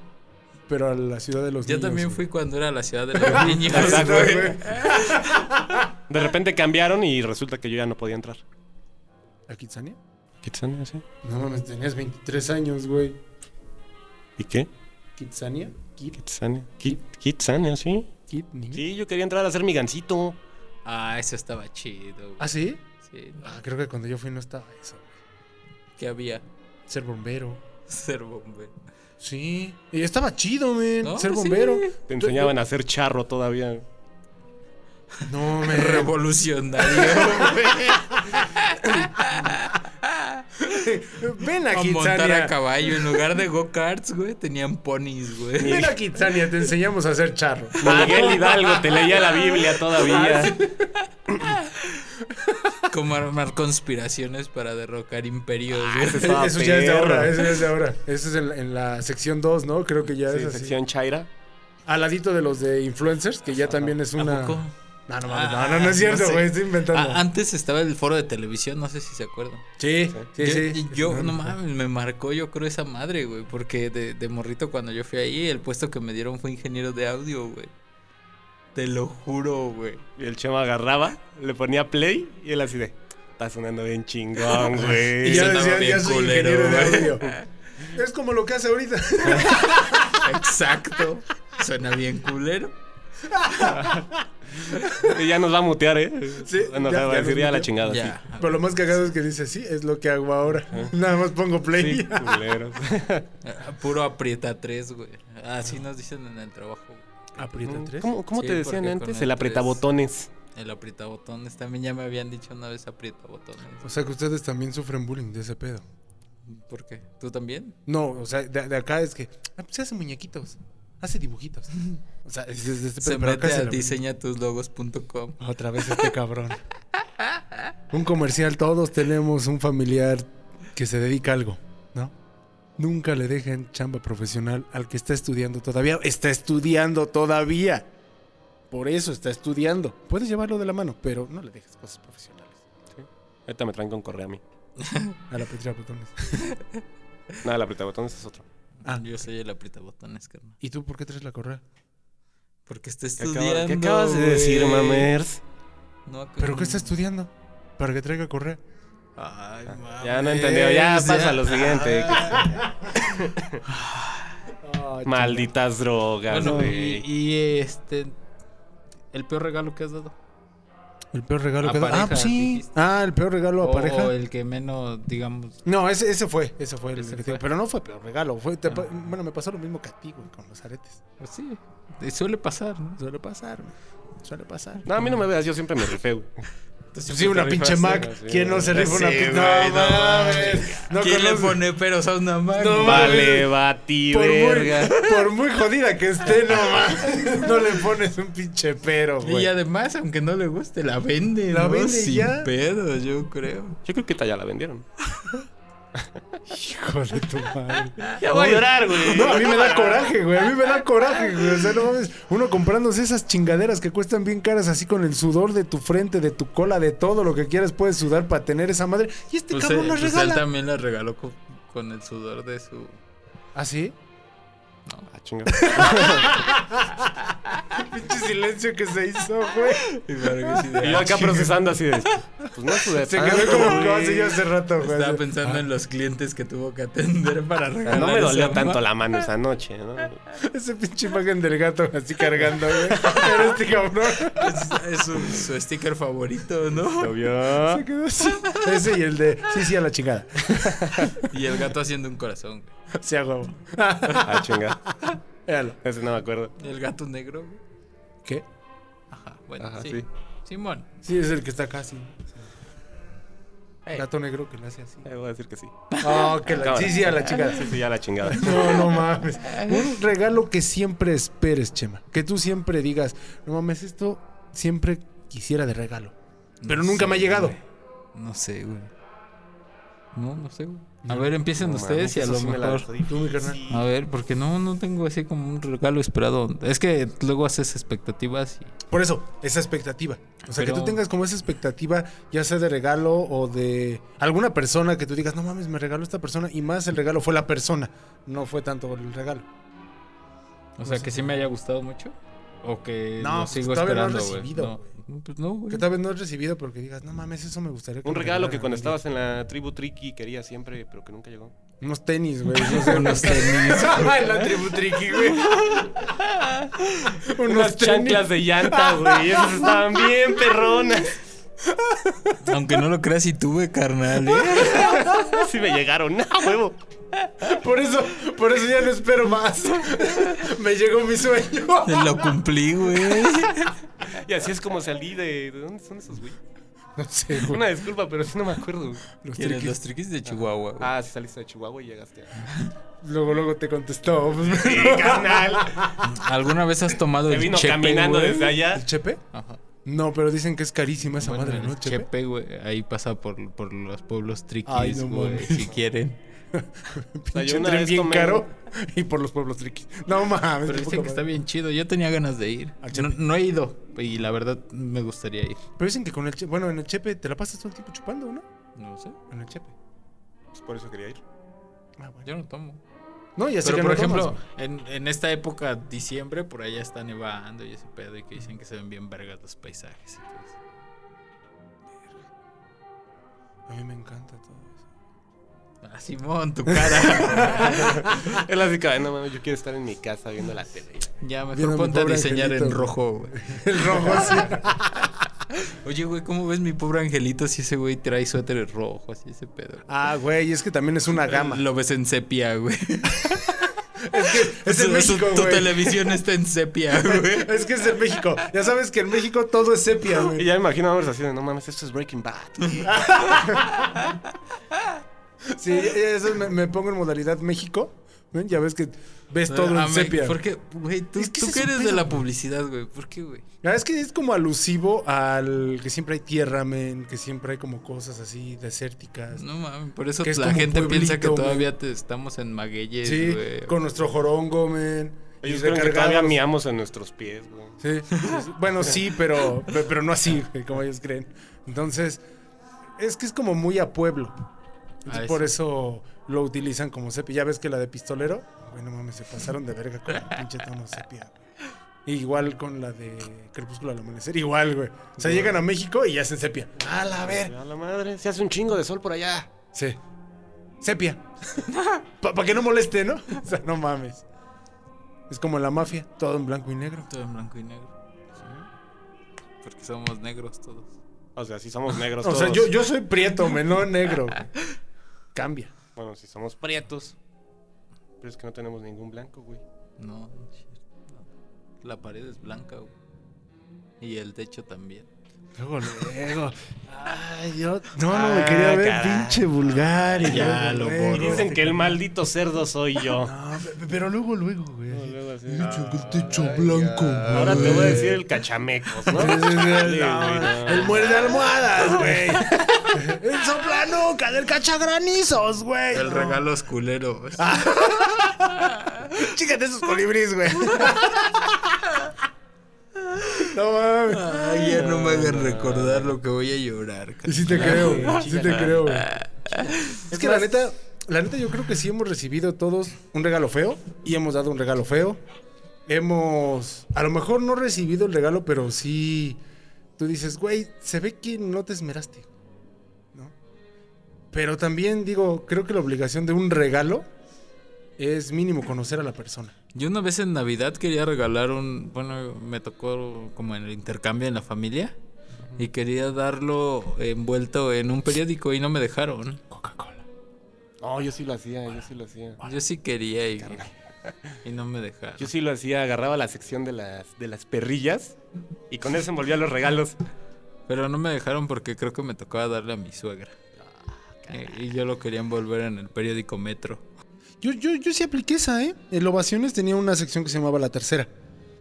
D: Pero a la ciudad de los
B: Yo
D: niños.
B: también
D: güey.
B: fui cuando era la
D: [LAUGHS]
B: ciudad de los niños.
D: Ahí está,
B: güey.
D: güey.
A: De repente cambiaron y resulta que yo ya no podía entrar.
D: [LAUGHS] ¿A Kitsania?
A: ¿Kitsania, sí?
D: No mames, tenías 23 años, güey.
A: ¿Y qué?
D: ¿Kitsania? ¿Kit?
A: ¿Kitsania? Ki- ¿Kitsania, sí?
D: ¿Kit? niño?
A: Sí, yo quería entrar a hacer mi gancito.
B: Ah, eso estaba chido.
D: ¿Ah,
B: güey.
D: sí?
B: Sí,
D: Ah, creo que cuando yo fui no estaba eso.
B: ¿Qué había?
D: Ser bombero.
B: Ser
D: [LAUGHS]
B: bombero.
D: Sí. Y estaba chido, men.
B: No, pues
D: ser
B: sí.
D: bombero.
B: [LAUGHS]
A: Te enseñaban a hacer charro todavía.
D: No, men. [LAUGHS]
B: Revolucionario.
D: Ven a
B: a montar a
D: Kitsania.
B: caballo. En lugar de go-karts, güey, tenían ponis, güey.
D: Ven a Kitsania, te enseñamos a hacer charro. [LAUGHS]
A: Miguel Hidalgo te leía la Biblia
D: Ah,
A: todavía.
B: [LAUGHS] Como armar conspiraciones para derrocar imperios, güey.
A: Ese estaba
D: Ah, Eso ya es de
A: perro.
D: ahora, eso ya es de ahora. Eso es en la, en la sección 2, ¿no? Creo que ya
A: Sí,
D: es así.
A: sección Chaira.
D: Al ladito de los de influencers, que ya también es
B: ¿A
D: una.
B: poco?
D: No, no, mames,
B: Ah,
D: no, no, no es cierto,
B: sé.
D: güey, estoy inventando.
B: Ah, antes estaba el foro de televisión, no sé si se acuerdan.
D: sí, sí,
B: yo,
D: sí.
B: yo-
D: Sí,
B: no mames, me marcó yo creo esa madre, güey, porque de, de morrito cuando yo fui ahí, el puesto que me dieron fue ingeniero de audio, güey. Te lo juro, güey.
A: Y el chema agarraba, le ponía play y él así de. Está sonando bien
D: [LAUGHS]
A: chingón, güey.
D: Y ya
B: Sonaba
D: decía, ya
B: bien
D: soy
B: culero,
D: ingeniero de
B: güey.
D: audio. [LAUGHS] Es como lo que hace ahorita. [LAUGHS]
B: Exacto. Suena bien culero.
A: Y ya nos va a mutear, ¿eh?
D: Sí,
A: Nos
D: ya-
A: va
D: ya
A: a decir
D: nos
A: ya la
D: muteó.
A: chingada.
B: Ya.
D: Pero lo más cagado es que dice, sí, es lo que hago ahora. [LAUGHS] Nada más pongo play. [LAUGHS]
A: Sí, sí,
B: [LAUGHS]
A: culeros.
B: Ah, Puro aprieta tres, güey. Así nos dicen en el trabajo. güey.
D: Aprieta tres.
A: ¿Cómo, cómo
B: Sí,
A: te decían
B: porque
A: antes?
B: con
A: El
B: el
A: apretabotones.
B: El aprieta botones. También ya me habían dicho una vez aprieta botones.
D: O sea que ustedes también sufren bullying de ese pedo.
B: ¿Por qué? ¿Tú también?
D: No, o sea, de, de acá es que. Ah, pues hace muñequitos. Hace dibujitos. [LAUGHS] O sea, es, es de este
B: Se
D: pedo, pero acá
B: mete
D: se
B: a
D: lo-
B: diseñatuslogos.com.
D: Otra vez este cabrón. un comercial, todos tenemos un familiar que se dedica a algo, ¿no? Nunca le dejen chamba profesional al que está estudiando todavía. Está estudiando todavía. Por eso está estudiando. Puedes llevarlo de la mano, pero no le dejes cosas profesionales.
A: Ahorita me traen con correa a mí.
D: A la Petra Botones.
A: No, el apretabotones es otro.
D: Ah.
B: Yo soy el aprieta botones, carnal.
D: ¿Y tú por qué traes la correa?
B: Porque está
A: ¿Qué, acaba-
B: estudiando.
A: qué acabas de decir,
B: güey.
A: mamers?
B: No, acá-
D: ¿Pero qué está estudiando? Para que traiga correa.
B: Ay, mames.
A: Ya no entendió, ya pasa lo siguiente. [LAUGHS] Malditas drogas,
B: Bueno,
A: güey.
B: y, y, este. El peor regalo que has dado.
D: El peor regalo
B: A
D: que
B: pareja,
D: Ah, pues sí.
B: dijiste.
D: Ah, el peor regalo a
A: Oh,
B: O
D: pareja.
B: el que menos, digamos.
D: No, ese, ese fue, ese fue el
B: Ese
D: que te digo,
B: fue.
D: Pero no fue peor regalo. Fue, te-
B: Ah.
D: Bueno, me pasó lo mismo que a ti, güey, con los aretes.
B: pues sí. eh, Suele pasar, ¿no?
D: Suele pasar, güey, Suele pasar.
A: No, a mí no me veas, yo siempre me rifé, güey.
D: Sí, una pinche Mac.
A: sí,
D: ¿Quién no se
B: güey.
D: rifa una
B: Sí,
D: pinche No,
B: güey, no
D: mames. No
B: ¿Quién le
D: conoce-
B: pone peros a una Mac?
D: No,
B: Va-
A: Vale, bati,
D: por muy,
A: verga.
D: [LAUGHS] por muy jodida que esté, no mames. No le pones un pinche pero, güey.
B: Y además, aunque no le guste, la vende.
D: La
B: ¿no?
D: vende
B: Sin
D: ya.
B: pedo, yo creo.
A: Yo creo que esta ya la vendieron.
D: Hijo de tu madre.
A: Ya voy a llorar, güey.
D: No, a mí me da coraje, güey. A mí me da coraje, güey. O sea, no mames. Uno comprándose esas chingaderas que cuestan bien caras, así con el sudor de tu frente, de tu cola, de todo lo que quieras puedes sudar para tener esa madre. Y este
B: Pues,
D: cabrón
B: eh,
D: la
B: pues él
D: regala.
B: también la regaló co- con, el sudor de su.
D: ¿Ah, sí?
A: Ah, chinga.
D: Pinche silencio que se hizo, güey.
A: [LAUGHS] Y yo acá procesando así de. Pues no sudé
D: Se
A: tanto,
D: quedó como
A: güey.
D: que yo hace rato, güey.
B: [LAUGHS] Ah, Estaba pensando en los clientes que tuvo que atender para
A: O sea,
B: regalar.
A: No me dolió
B: esa
A: tanto
B: Mac.
A: la mano esa noche, ¿no?
D: Ah, Esa pinche imagen del gato así cargando, güey. Pero este cabrón
B: [LAUGHS] Es, es su, su sticker favorito, ¿no?
A: Lo vio.
B: Ah.
D: se quedó así. Ese y el de sí, sí, a la chingada.
B: Y el gato haciendo un corazón. güey.
D: Se a huevo.
A: Ah, chinga.
D: Véalo.
A: Ese no me acuerdo.
B: El gato negro. güey.
D: ¿Qué?
B: Ajá, bueno,
A: Ajá,
B: sí.
A: sí.
B: Simón.
D: Sí, es el que está acá, sí.
B: Ey. Ah,
D: Gato negro que
B: [LAUGHS]
D: le hace así.
A: Eh, voy a decir que sí.
D: Oh, que la,
A: Cámara.
D: sí, sí, a la chica.
A: Sí, sí, ya la chingada.
D: No, no mames. Un regalo que siempre esperes, Chema. Que tú siempre digas, no mames, esto siempre quisiera de regalo. Pero nunca me ha llegado.
B: güey. No sé, güey. No, no sé, güey. A ver, empiecen
A: No mames,
B: ustedes y a
A: eso
B: lo
A: sí me la
B: mejor.
A: destruí.
D: Tú, mi carnal.
B: A ver, porque no, no tengo así como un regalo esperado. Es que luego haces expectativas y.
D: Por eso, esa expectativa. O sea, que
B: Pero-
D: tú tengas como esa expectativa, ya sea de regalo o de alguna persona que tú digas, no mames, me regaló esta persona. Y más el regalo fue la persona, no fue tanto el regalo.
B: O sea,
D: sé.
B: que sí me haya gustado mucho. O que
D: No,
B: no,
D: pues,
B: sigo
D: todavía no has
B: esperando, güey.
D: recibido,
B: No, no, pues no, güey.
D: Que tal vez no has recibido, pero que digas, no mames, eso me gustaría.
A: Un
D: me
A: regalo que
D: regalaran
A: cuando
D: algún día".
A: estabas en la tribu Triki quería siempre, pero que nunca [LAUGHS] llegó.
D: Unos tenis, güey.
A: [LAUGHS]
D: No sé, unos
B: este
D: tenis. la tribu triqui, güey. unos
A: Unas chanclas de llanta, güey. Esas estaban bien perronas.
B: Aunque no lo creas, y tuve, carnal. ¿eh?
A: Sí me llegaron. ¡Ah, huevo!
D: Por eso, por eso ya no espero más. [LAUGHS] Me llegó
A: [LAUGHS]
D: mi sueño.
B: [LAUGHS] Lo cumplí, güey.
A: Y así es como salí de... ¿De dónde son esos, güey?
D: No sé, güey.
A: Una disculpa, pero sí no me acuerdo, güey.
D: Los
B: Quieres
D: triquis.
B: los triquis de Chihuahua, güey.
A: Ah, sí saliste de Chihuahua y llegaste a...
D: Luego, luego te
A: [LAUGHS]
D: contestó.
A: canal! [LAUGHS]
B: ¿Alguna vez has tomado
A: Se
B: el
A: vino
B: chepe,
A: caminando
B: güey?
A: desde allá.
D: ¿El chepe?
B: Ajá.
D: No, pero dicen que es carísima esa
B: Bueno,
D: madre, ¿no?
B: el
D: Chepe.
B: Chepe, güey. Ahí pasa por, por los pueblos
D: Ay,
B: triquis,
D: no
B: güey.
D: mames.
B: si quieren.
A: sea, yo
D: Pinche
A: una
D: tren
A: vez
D: bien
A: tomé-
D: caro [LAUGHS] y por los pueblos triquis. No mames.
B: Pero
D: de
B: dicen
D: poca
B: que está
D: madre.
B: bien chido. Yo tenía ganas de ir.
D: Al
B: No,
D: Chepe.
B: no he ido. Y la verdad me gustaría ir.
D: Pero dicen que con el chepe, bueno, en el chepe te la pasas todo el tiempo chupando, ¿no?
B: No sé.
D: En el chepe.
A: Pues por eso quería ir.
D: Ah, bueno.
B: Yo no tomo.
D: No, ya sé
B: Pero
D: que
B: por
D: no
B: ejemplo,
D: tomas.
B: en, en esta época, diciembre, por allá está nevando y ese pedo. Y que dicen que se ven bien vergas los paisajes. y todo eso.
D: a mí me encanta todo eso.
B: Ah, Simón, tu
D: [LAUGHS]
B: cara.
A: Es la así, no mames, yo quiero estar en mi casa viendo la tele.
B: ya, mejor
D: Viendo a mi
B: ponte a
D: pobre
B: diseñar en
D: angelito.
B: rojo, güey. [LAUGHS]
D: El rojo así.
B: Oye, güey, ¿cómo ves mi pobre angelito si ese güey trae suéteres rojos y ese pedo?
D: Ah, güey, es que también es una gama.
B: [LAUGHS] Lo ves en sepia, güey.
D: [LAUGHS] es en
B: Su- su-
D: México,
B: Tu
D: güey.
B: televisión está en
D: [LAUGHS]
B: sepia, güey.
D: Es que es en México. Ya sabes que en México todo es sepia,
A: Y
D: güey.
A: ya me imagino a así de, no mames, esto es Breaking Bad.
D: Sí, ya- ya eso me, me pongo en modalidad México. ¿Ven? Ya ves que ves todo
B: Ah, me-
D: en sepia.
B: ¿Por qué? Güey, tú,
D: Es que
B: tú
D: ese
B: que
D: es un
B: eres de
D: pedo,
B: la
D: güey.
B: publicidad, güey. ¿Por qué, güey?
D: La verdad es que es como alusivo al que siempre hay tierra, men, que siempre hay como cosas así desérticas.
B: No mames, por eso
D: Que es
B: la
D: como
B: gente piensa que
D: pueblito,
B: todavía te estamos en Magueyes,
D: sí,
B: güey.
D: con nuestro jorongo, men.
A: Ellos creen
D: y
A: que
D: recargados.
A: todavía miamos en nuestros pies, güey.
D: Sí, sí, bueno, sí, pero, pe- pero no así, güey, como ellos creen. Entonces, es que es como muy a pueblo. Entonces,
B: Ah,
D: por
B: sí.
D: eso lo utilizan como sepia. Ya ves que la de pistolero, bueno, mames, se pasaron de verga con el pinche tono sepia. güey. Igual con la de Crepúsculo al Amanecer, igual, güey. O sea, llegan a México y ya hacen sepia. A la ver.
A: A la madre, se hace un chingo de sol por allá.
D: Sí. Sepia. Para que no moleste, ¿no? O sea, no mames. Es como la mafia, todo en blanco y negro.
B: Todo en blanco y negro. Porque somos negros todos.
A: O sea, si somos negros
D: [LAUGHS] O
A: todos.
D: sea, yo, yo soy prieto, men, no negro. Cambia.
A: Bueno, si somos prietos. Pero es que no tenemos ningún blanco, güey.
B: No, no es cierto, no. La pared es blanca, güey. Y el techo también.
E: Luego, luego. Ay, yo. No, no me quería
A: Ah,
E: ver,
A: caray.
E: pinche vulgar. y
B: Ya
E: luego,
B: lo
E: luego.
B: borró.
A: Dicen que el maldito cerdo soy yo.
E: No, pe- pero luego, luego, güey.
A: No, luego así.
E: Dicho que el techo blanco.
A: Ahora te
E: güey.
A: voy a decir el cachamecos, ¿no?
E: Sí, sí, sí,
A: Dale,
E: no,
A: güey, no.
D: El muerde almohadas, güey. El soplanuca del cachagranizos, güey.
B: El regalo es culero.
D: Chícate esos colibríes, güey. [LAUGHS] No
B: [LAUGHS]
D: mames.
B: Ay, ya no me hagas recordar lo que voy a llorar.
D: Y sí te creo, güey, sí te creo, güey. Es que la neta, la neta yo creo que sí hemos recibido todos un regalo feo y hemos dado un regalo feo. Hemos, a lo mejor no recibido el regalo, pero sí, tú dices, güey, se ve que no te esmeraste, ¿no? Pero también digo, creo que la obligación de un regalo es mínimo conocer a la persona.
B: Yo una vez en Navidad quería regalar un. Bueno, me tocó como en el intercambio en la familia. Y quería darlo envuelto en un periódico y no me dejaron.
A: No, yo sí lo hacía, yo sí lo hacía.
B: Yo sí quería y, y no me dejaron.
A: Yo sí lo hacía, agarraba la sección de las, de las perrillas y con eso envolvía los regalos.
B: Pero no me dejaron porque creo que me tocaba darle a mi suegra.
A: Ah,
B: Eh, Y yo lo quería envolver en el periódico Metro.
D: Yo, yo, yo sí apliqué esa, ¿eh? El Ovaciones tenía una sección que se llamaba La Tercera.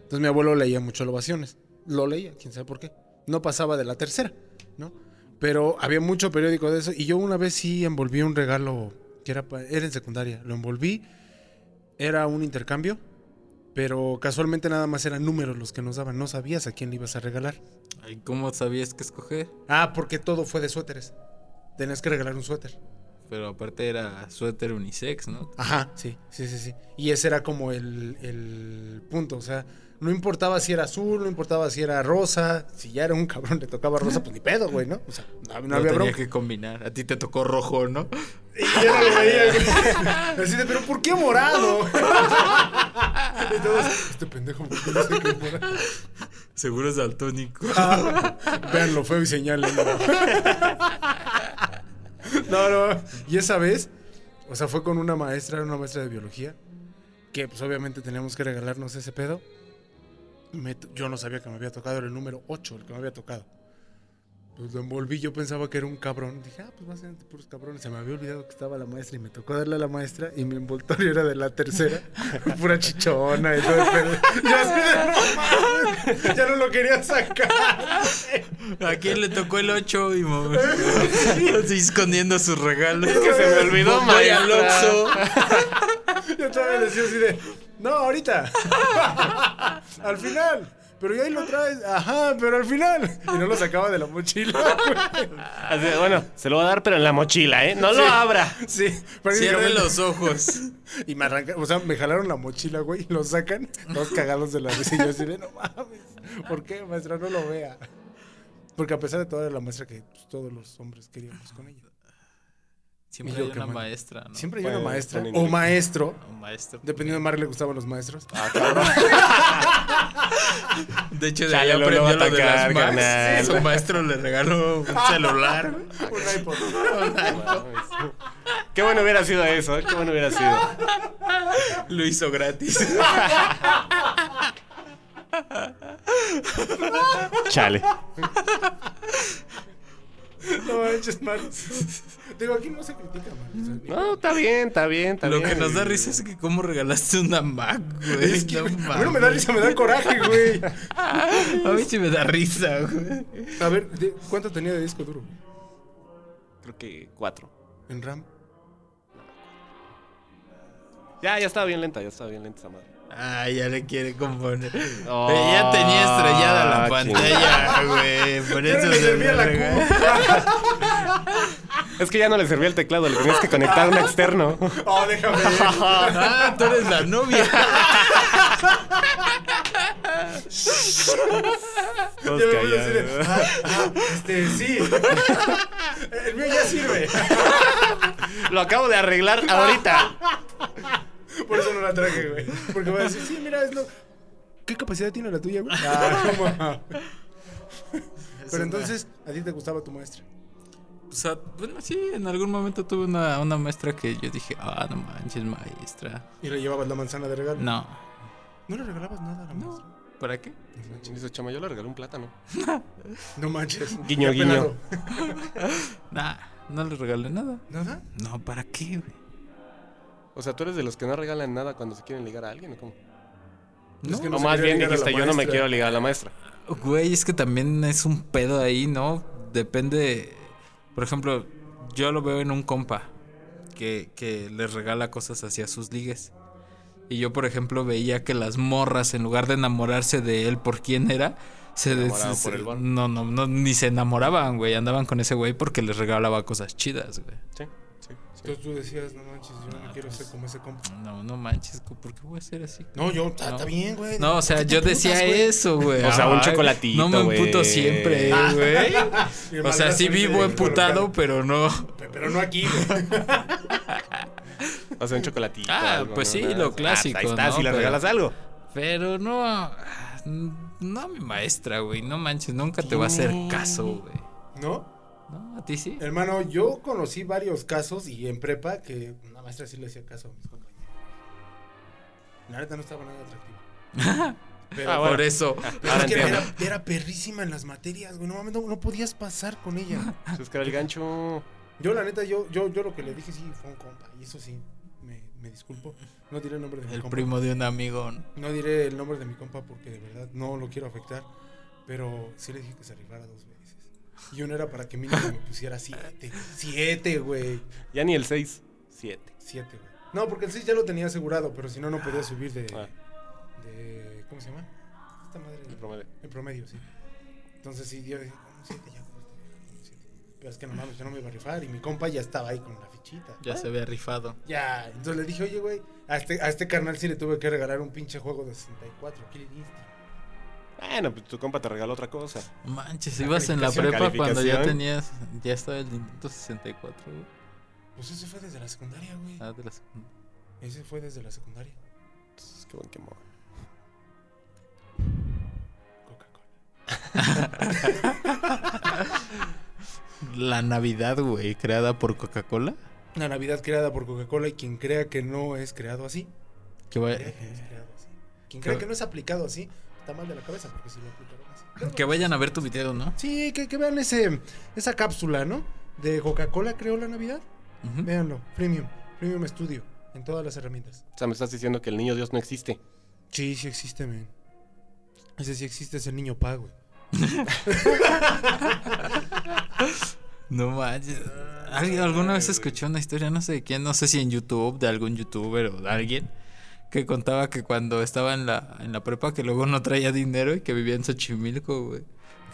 D: Entonces mi abuelo leía mucho el Ovaciones. Lo leía, quién sabe por qué. No pasaba de la tercera, ¿no? Pero había mucho periódico de eso. Y yo una vez sí envolví un regalo que era, pa- era en secundaria. Lo envolví. Era un intercambio. Pero casualmente nada más eran números los que nos daban. No sabías a quién le ibas a regalar.
B: Ay, ¿Cómo sabías que escoger?
D: Ah, porque todo fue de suéteres. Tenías que regalar un suéter.
B: Pero aparte era suéter unisex, ¿no?
D: Ajá, sí, sí, sí, sí. Y ese era como el, el punto, o sea, no importaba si era azul, no importaba si era rosa, si ya era un cabrón le tocaba rosa, pues ni pedo, güey, ¿no? O sea, no, no
B: No
D: había
B: tenía
D: bronca.
B: que combinar. A ti te tocó rojo, ¿no? [LAUGHS]
D: Y yo no lo veía, güey. Así de, pero ¿por qué morado? [LAUGHS] y todos, este pendejo, ¿por qué dice que es morado?
B: Seguro es daltónico.
D: Vean lo feo y señalen. No, [LAUGHS] no. Y esa vez, o sea, fue con una maestra, era una maestra de biología, que pues obviamente teníamos que regalarnos ese pedo. Me to- yo no sabía que me había tocado, era el número 8 el que me había tocado. Pues lo envolví, yo pensaba que era un cabrón. Dije, ah, pues básicamente puros cabrones. Se me había olvidado que estaba la maestra y me tocó darle a la maestra y mi envoltorio era de la tercera. [LAUGHS] Pura chichona y todo el pedo. Yo así de, [LAUGHS] "No mames, ya no lo quería sacar.
B: ¿A quién le tocó el 8? Y mo- [LAUGHS] así escondiendo sus regalos.
A: que se me olvidó,
B: Voy al
A: maestra.
B: Oxxo.
D: Yo todavía decía así de, no, ahorita. al final. Pero ya ahí lo traes. Ajá, pero al final. Y no lo sacaba de la mochila.
A: Así de, bueno, se lo voy a dar, pero en la mochila, ¿eh? No lo abra.
D: Sí,
B: Cierre
D: prácticamente.
B: los ojos.
D: Y me arrancaron, o sea, me jalaron la mochila, güey, y lo sacan. Todos cagados de la risa. Y yo así de, no mames. ¿Por qué, maestra? No lo vea. Porque a pesar de todo, era la maestra que pues, todos los hombres queríamos con ella.
B: Siempre
D: Y yo,
B: hay
D: qué
B: una
D: mal.
B: maestra, ¿no?
D: Siempre hay una
A: Pues,
D: maestra
A: ponen-
D: o maestro.
B: Un maestro.
D: Dependiendo de Mar le gustaban los maestros.
B: Ah,
D: [LAUGHS]
B: De hecho, de ahí
A: Chale, lo
B: aprendió
A: va a
B: lo de las
A: atacar,
B: Macs.
A: carnal.
B: Su maestro le regaló un celular.
D: Un iPod.
A: Qué bueno hubiera sido eso, ¿eh? qué bueno hubiera sido.
B: [LAUGHS] Lo hizo gratis.
A: Chale.
D: No manches, Mar. Digo, aquí no se critica, Mar. O sea, ni-
A: No, está bien, está bien, está
B: Lo
A: bien.
B: que nos da risa es que cómo regalaste una Mac, güey.
D: Es que,
B: No
D: güey, a mí
B: mames.
D: no me da risa, me da coraje, güey.
B: A mí sí me da risa, güey.
D: A ver, de- ¿cuánto tenía de disco duro?
A: Creo que cuatro.
D: En RAM.
A: Ya, ya estaba bien lenta, ya estaba bien lenta esa madre.
B: Ah, ya le quiere componer.
A: Oh,
B: Eh, ya tenía estrellada la
A: chingada.
B: pantalla, güey. [LAUGHS] Por
D: Yo
B: eso
D: no le
B: se
D: servía
B: me
D: la
B: regaló.
D: cuba.
A: Es que ya no le servía el teclado, le tenías que conectar un
B: [LAUGHS]
A: externo.
D: Oh, déjame. ver.
B: Ah, tú eres la novia.
F: Todos
D: Yo me voy a decir,
F: callados.
D: ah, ah, este, sí. El mío ya sirve.
A: Lo acabo de arreglar
B: [LAUGHS]
A: ahorita.
D: Por eso no la traje, güey. Porque va a decir, sí, mira, es lo. ¿Qué capacidad tiene la tuya, güey? [LAUGHS] Ah, ¿cómo? Pero entonces, ¿a ti te gustaba tu maestra?
B: [LAUGHS] O sea, bueno, sí, en algún momento tuve una, una maestra que yo dije, ah, no manches, maestra.
D: ¿Y le llevabas la manzana de regalo?
B: No.
D: ¿No le regalabas nada a la
B: No.
D: maestra?
B: ¿Para qué?
A: Dice chama, yo le regalé un plátano.
D: No manches.
A: Guiño,
D: Qué
A: guiño.
D: apenado.
B: Nah, no le regalé nada.
D: ¿Nada?
B: No, ¿para qué, güey?
A: O sea, tú eres de los que no regalan nada cuando se quieren ligar a alguien, ¿o cómo?
D: Es que
A: No,
D: se
A: más
D: quería
A: bien
D: ligar a la
A: dijiste, yo no me
D: maestra.
A: quiero ligar a la maestra.
B: Güey, es que también es un pedo ahí, ¿no? Depende. Por ejemplo, yo lo veo en un compa que, que les regala cosas hacia sus ligues. Y yo, por ejemplo, veía que las morras, en lugar de enamorarse de él por quién era, se, des-
A: enamoraban por
B: se-
A: el vato.
B: no, no, no, ni se enamoraban, güey. Andaban con ese güey porque les regalaba cosas chidas, güey.
A: Sí, sí, sí.
D: Entonces tú decías, no manches, yo no, quiero ser como ese compa.
B: No, no manches, co- ¿por qué voy a ser así?
D: No, yo, está
B: No.
D: está bien, güey. [LAUGHS]
B: No, o sea, yo decía eso, güey.
A: O sea, un
B: Ay,
A: chocolatito,
B: No me
A: güey. Ah.
B: emputo siempre, güey. O
D: Mi
B: sea,
D: madrastra
B: sí
D: ahorita
B: vivo
D: ya
B: emputado,
D: colocada.
B: pero no.
D: Pero no aquí, güey.
A: O sea, un chocolatito.
B: Ah,
A: algo,
B: pues
A: ¿no?
B: sí,
A: Nada.
B: lo
A: Ah, pues
B: clásico,
A: Ahí está,
B: ¿no?
A: si le
B: Pero-
A: regalas algo.
B: Pero no. ah, No a mi maestra, güey. No manches, nunca te va a hacer caso, güey.
D: ¿No?
B: ¿No? ¿A ti sí?
D: Hermano, yo conocí varios casos y en prepa que una maestra sí le hacía caso a mis compañeros. La neta no estaba nada atractiva. Pero
A: Ah, bueno.
B: Por eso.
D: Pero
A: Ahora
D: es que
A: entiendo.
D: era, era perrísima en las materias, güey. No mames, no, no podías pasar con ella.
B: e-
A: Pues [LAUGHS] es que era el gancho.
D: Yo, la neta, yo, yo, yo lo que le dije sí fue un compa. Y eso sí, me, me disculpo. No diré el nombre de
B: [LAUGHS]
D: mi
B: El
D: compa.
B: primo de un amigo. ¿no?
D: No diré el nombre de mi compa porque de verdad no lo quiero afectar. Pero sí le dije que se rifara dos veces. Y uno era para que mínimo me pusiera siete. Siete, güey.
A: Ya ni el 6, 7.
D: Siete, güey. No, porque el 6 ya lo tenía asegurado, pero si no, no podía subir de.
A: Ah.
D: de ¿Cómo se llama? Esta madre.
A: El promedio.
D: En promedio, sí. Está mal, Entonces sí, yo dije, con un 7 ya, con este, con un siete. Pero es que no mames, yo no me iba a rifar. Y mi compa ya estaba ahí con la fichita.
B: Ya se había rifado.
D: Ya, entonces le dije, oye, güey, a este, a este carnal sí le tuve que regalar un pinche juego de 64. Killer Instinct.
A: Bueno, pues tu compa te regaló otra cosa.
B: Manches,
D: La
B: ibas en la prepa
A: Ah, calificación,
B: cuando ya
A: calificación.
B: tenías. Ya estaba el Nintendo 64, güey.
D: Pues ese fue desde la secundaria, güey.
B: Ah, de las-
D: Ese fue desde la secundaria.
A: Entonces, qué buen quemón.
D: Coca-Cola.
B: La Navidad, güey, creada por Coca-Cola.
D: La Navidad creada por Coca-Cola y quien crea que no es creado así.
B: Que va-
D: Crea que no es
A: Eh.
D: creado así. Quien crea
B: Creo-
D: que no es aplicado así, está mal de la cabeza, porque si lo aplicaron así.
B: Que vayan a ver tu video, ¿no?
D: Sí, que, que vean ese, esa cápsula, ¿no? De Coca-Cola creó la Navidad.
B: Ujú.
D: Véanlo, Premium, Premium Studio, en todas las herramientas.
A: O sea, me estás diciendo que el niño Dios no existe.
D: Sí, sí existe, men. Ese sí existe, es el niño pago.
B: No manches. ¿Alguien alguna vez escuché una historia, no sé de quién, no sé si en YouTube, de algún youtuber o de alguien, que contaba que cuando estaba en la, en la prepa, que luego no traía dinero y que vivía en Xochimilco, güey.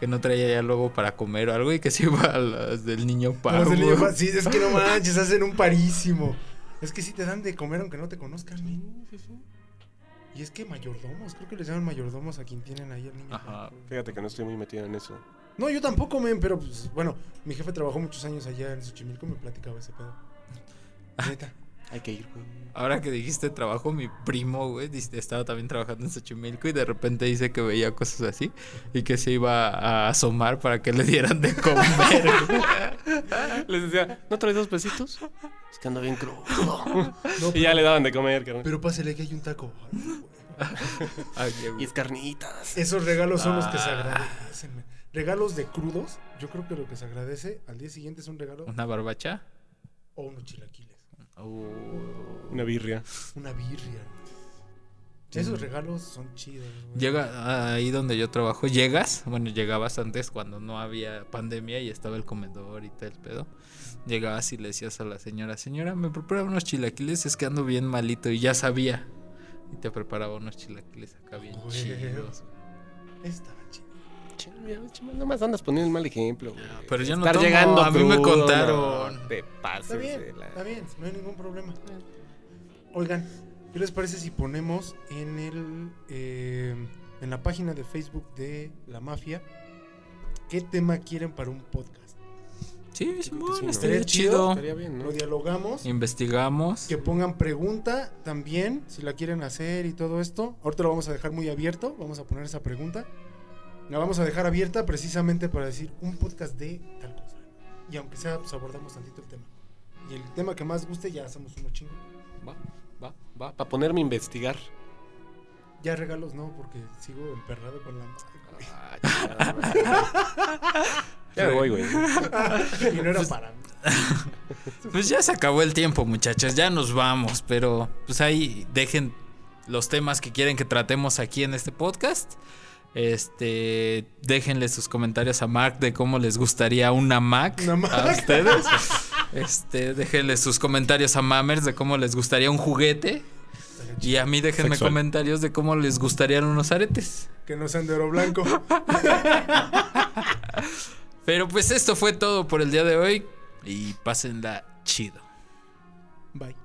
B: Que no traía ya luego para comer o algo y que se iba a las del niño pavo.
D: sí, es que no manches, hacen un parísimo. Es que sí te dan de comer aunque no te conozcan, men. Y es que mayordomos, creo que les llaman mayordomos a quien tienen ahí al niño.
B: Ajá.
D: pago.
A: Fíjate que no estoy muy metido en eso.
D: No, yo tampoco, men, pero pues, bueno, mi jefe trabajó muchos años allá en Xochimilco, me platicaba ese pedo. Neta.
A: Hay que ir, güey.
B: Ahora que dijiste trabajo, mi primo, güey, dis- estaba también trabajando en Xochimilco y de repente dice que veía cosas así y que se iba a asomar para que le dieran de comer. güey.
A: [LAUGHS] Les decía, ¿no traes dos pesitos? Es que ando bien crudo.
D: No,
A: [LAUGHS] Y ya le daban de comer, carnal.
D: Pero pásele que hay un taco.
B: [LAUGHS] Ay, qué
A: Y es carnitas.
D: Esos regalos son los que se
B: Ah.
D: agradecen. men. Regalos de crudos, yo creo que lo que se agradece al día siguiente es un regalo
B: ¿Una barbacha?
D: o unos chilaquiles,
A: Una birria.
D: una birria. Esos regalos son chidos. güey.
B: Llega ahí donde yo trabajo, llegas, bueno, llegabas antes cuando no había pandemia y estaba el comedor y tal el pedo. Llegabas y le decías a la señora, señora, me prepara unos chilaquiles, es que ando bien malito y ya sabía. Y te preparaba unos chilaquiles acá bien
D: Güey.
B: chidos.
D: Estaban chidos.
A: Che, mira, che, Nada más andas poniendo el mal ejemplo, güey.
B: Ah, pero yo no
A: Estar
B: tomo,
A: llegando
B: a mí me
A: crudo,
B: contaron.
A: no, te pases
D: Está bien,
A: de la-
D: está bien, no hay ningún problema. Oigan, ¿qué les parece si ponemos en el eh, en en la página de Facebook de La Mafia qué tema quieren para un podcast.
B: Sí, Simón,
A: sí, ¿no?
B: estaría
D: Estaría
B: chido.
A: Estaría bien, ¿no?
D: Lo dialogamos.
B: Investigamos.
D: Que pongan pregunta también, si la quieren hacer y todo esto. Ahorita lo vamos a dejar muy abierto, vamos a poner esa pregunta. La vamos a dejar abierta precisamente para decir un podcast de tal cosa. Y aunque sea, pues abordamos tantito el tema. Y el tema que más guste, ya hacemos uno chingo.
A: Va, va, va. Para ponerme a investigar.
D: Ya regalos no, porque sigo emperrado con la...
A: Ah, chingada madre. [LAUGHS] ya me voy, güey.
D: Y no era para mí.
B: Pues ya se acabó el tiempo, muchachos. Ya nos vamos. Pero pues ahí dejen los temas que quieren que tratemos aquí en este podcast. Este, déjenle sus comentarios a Mac de cómo les gustaría una Mac
D: Una Mac.
B: a ustedes. Este, déjenle sus comentarios a Mammers de cómo les gustaría un juguete. Y a mí déjenme
A: Sexual.
B: comentarios de cómo les gustarían unos aretes.
D: Que no sean de oro blanco.
B: Pero pues esto fue todo por el día de hoy y pásenla chido.
D: Bye.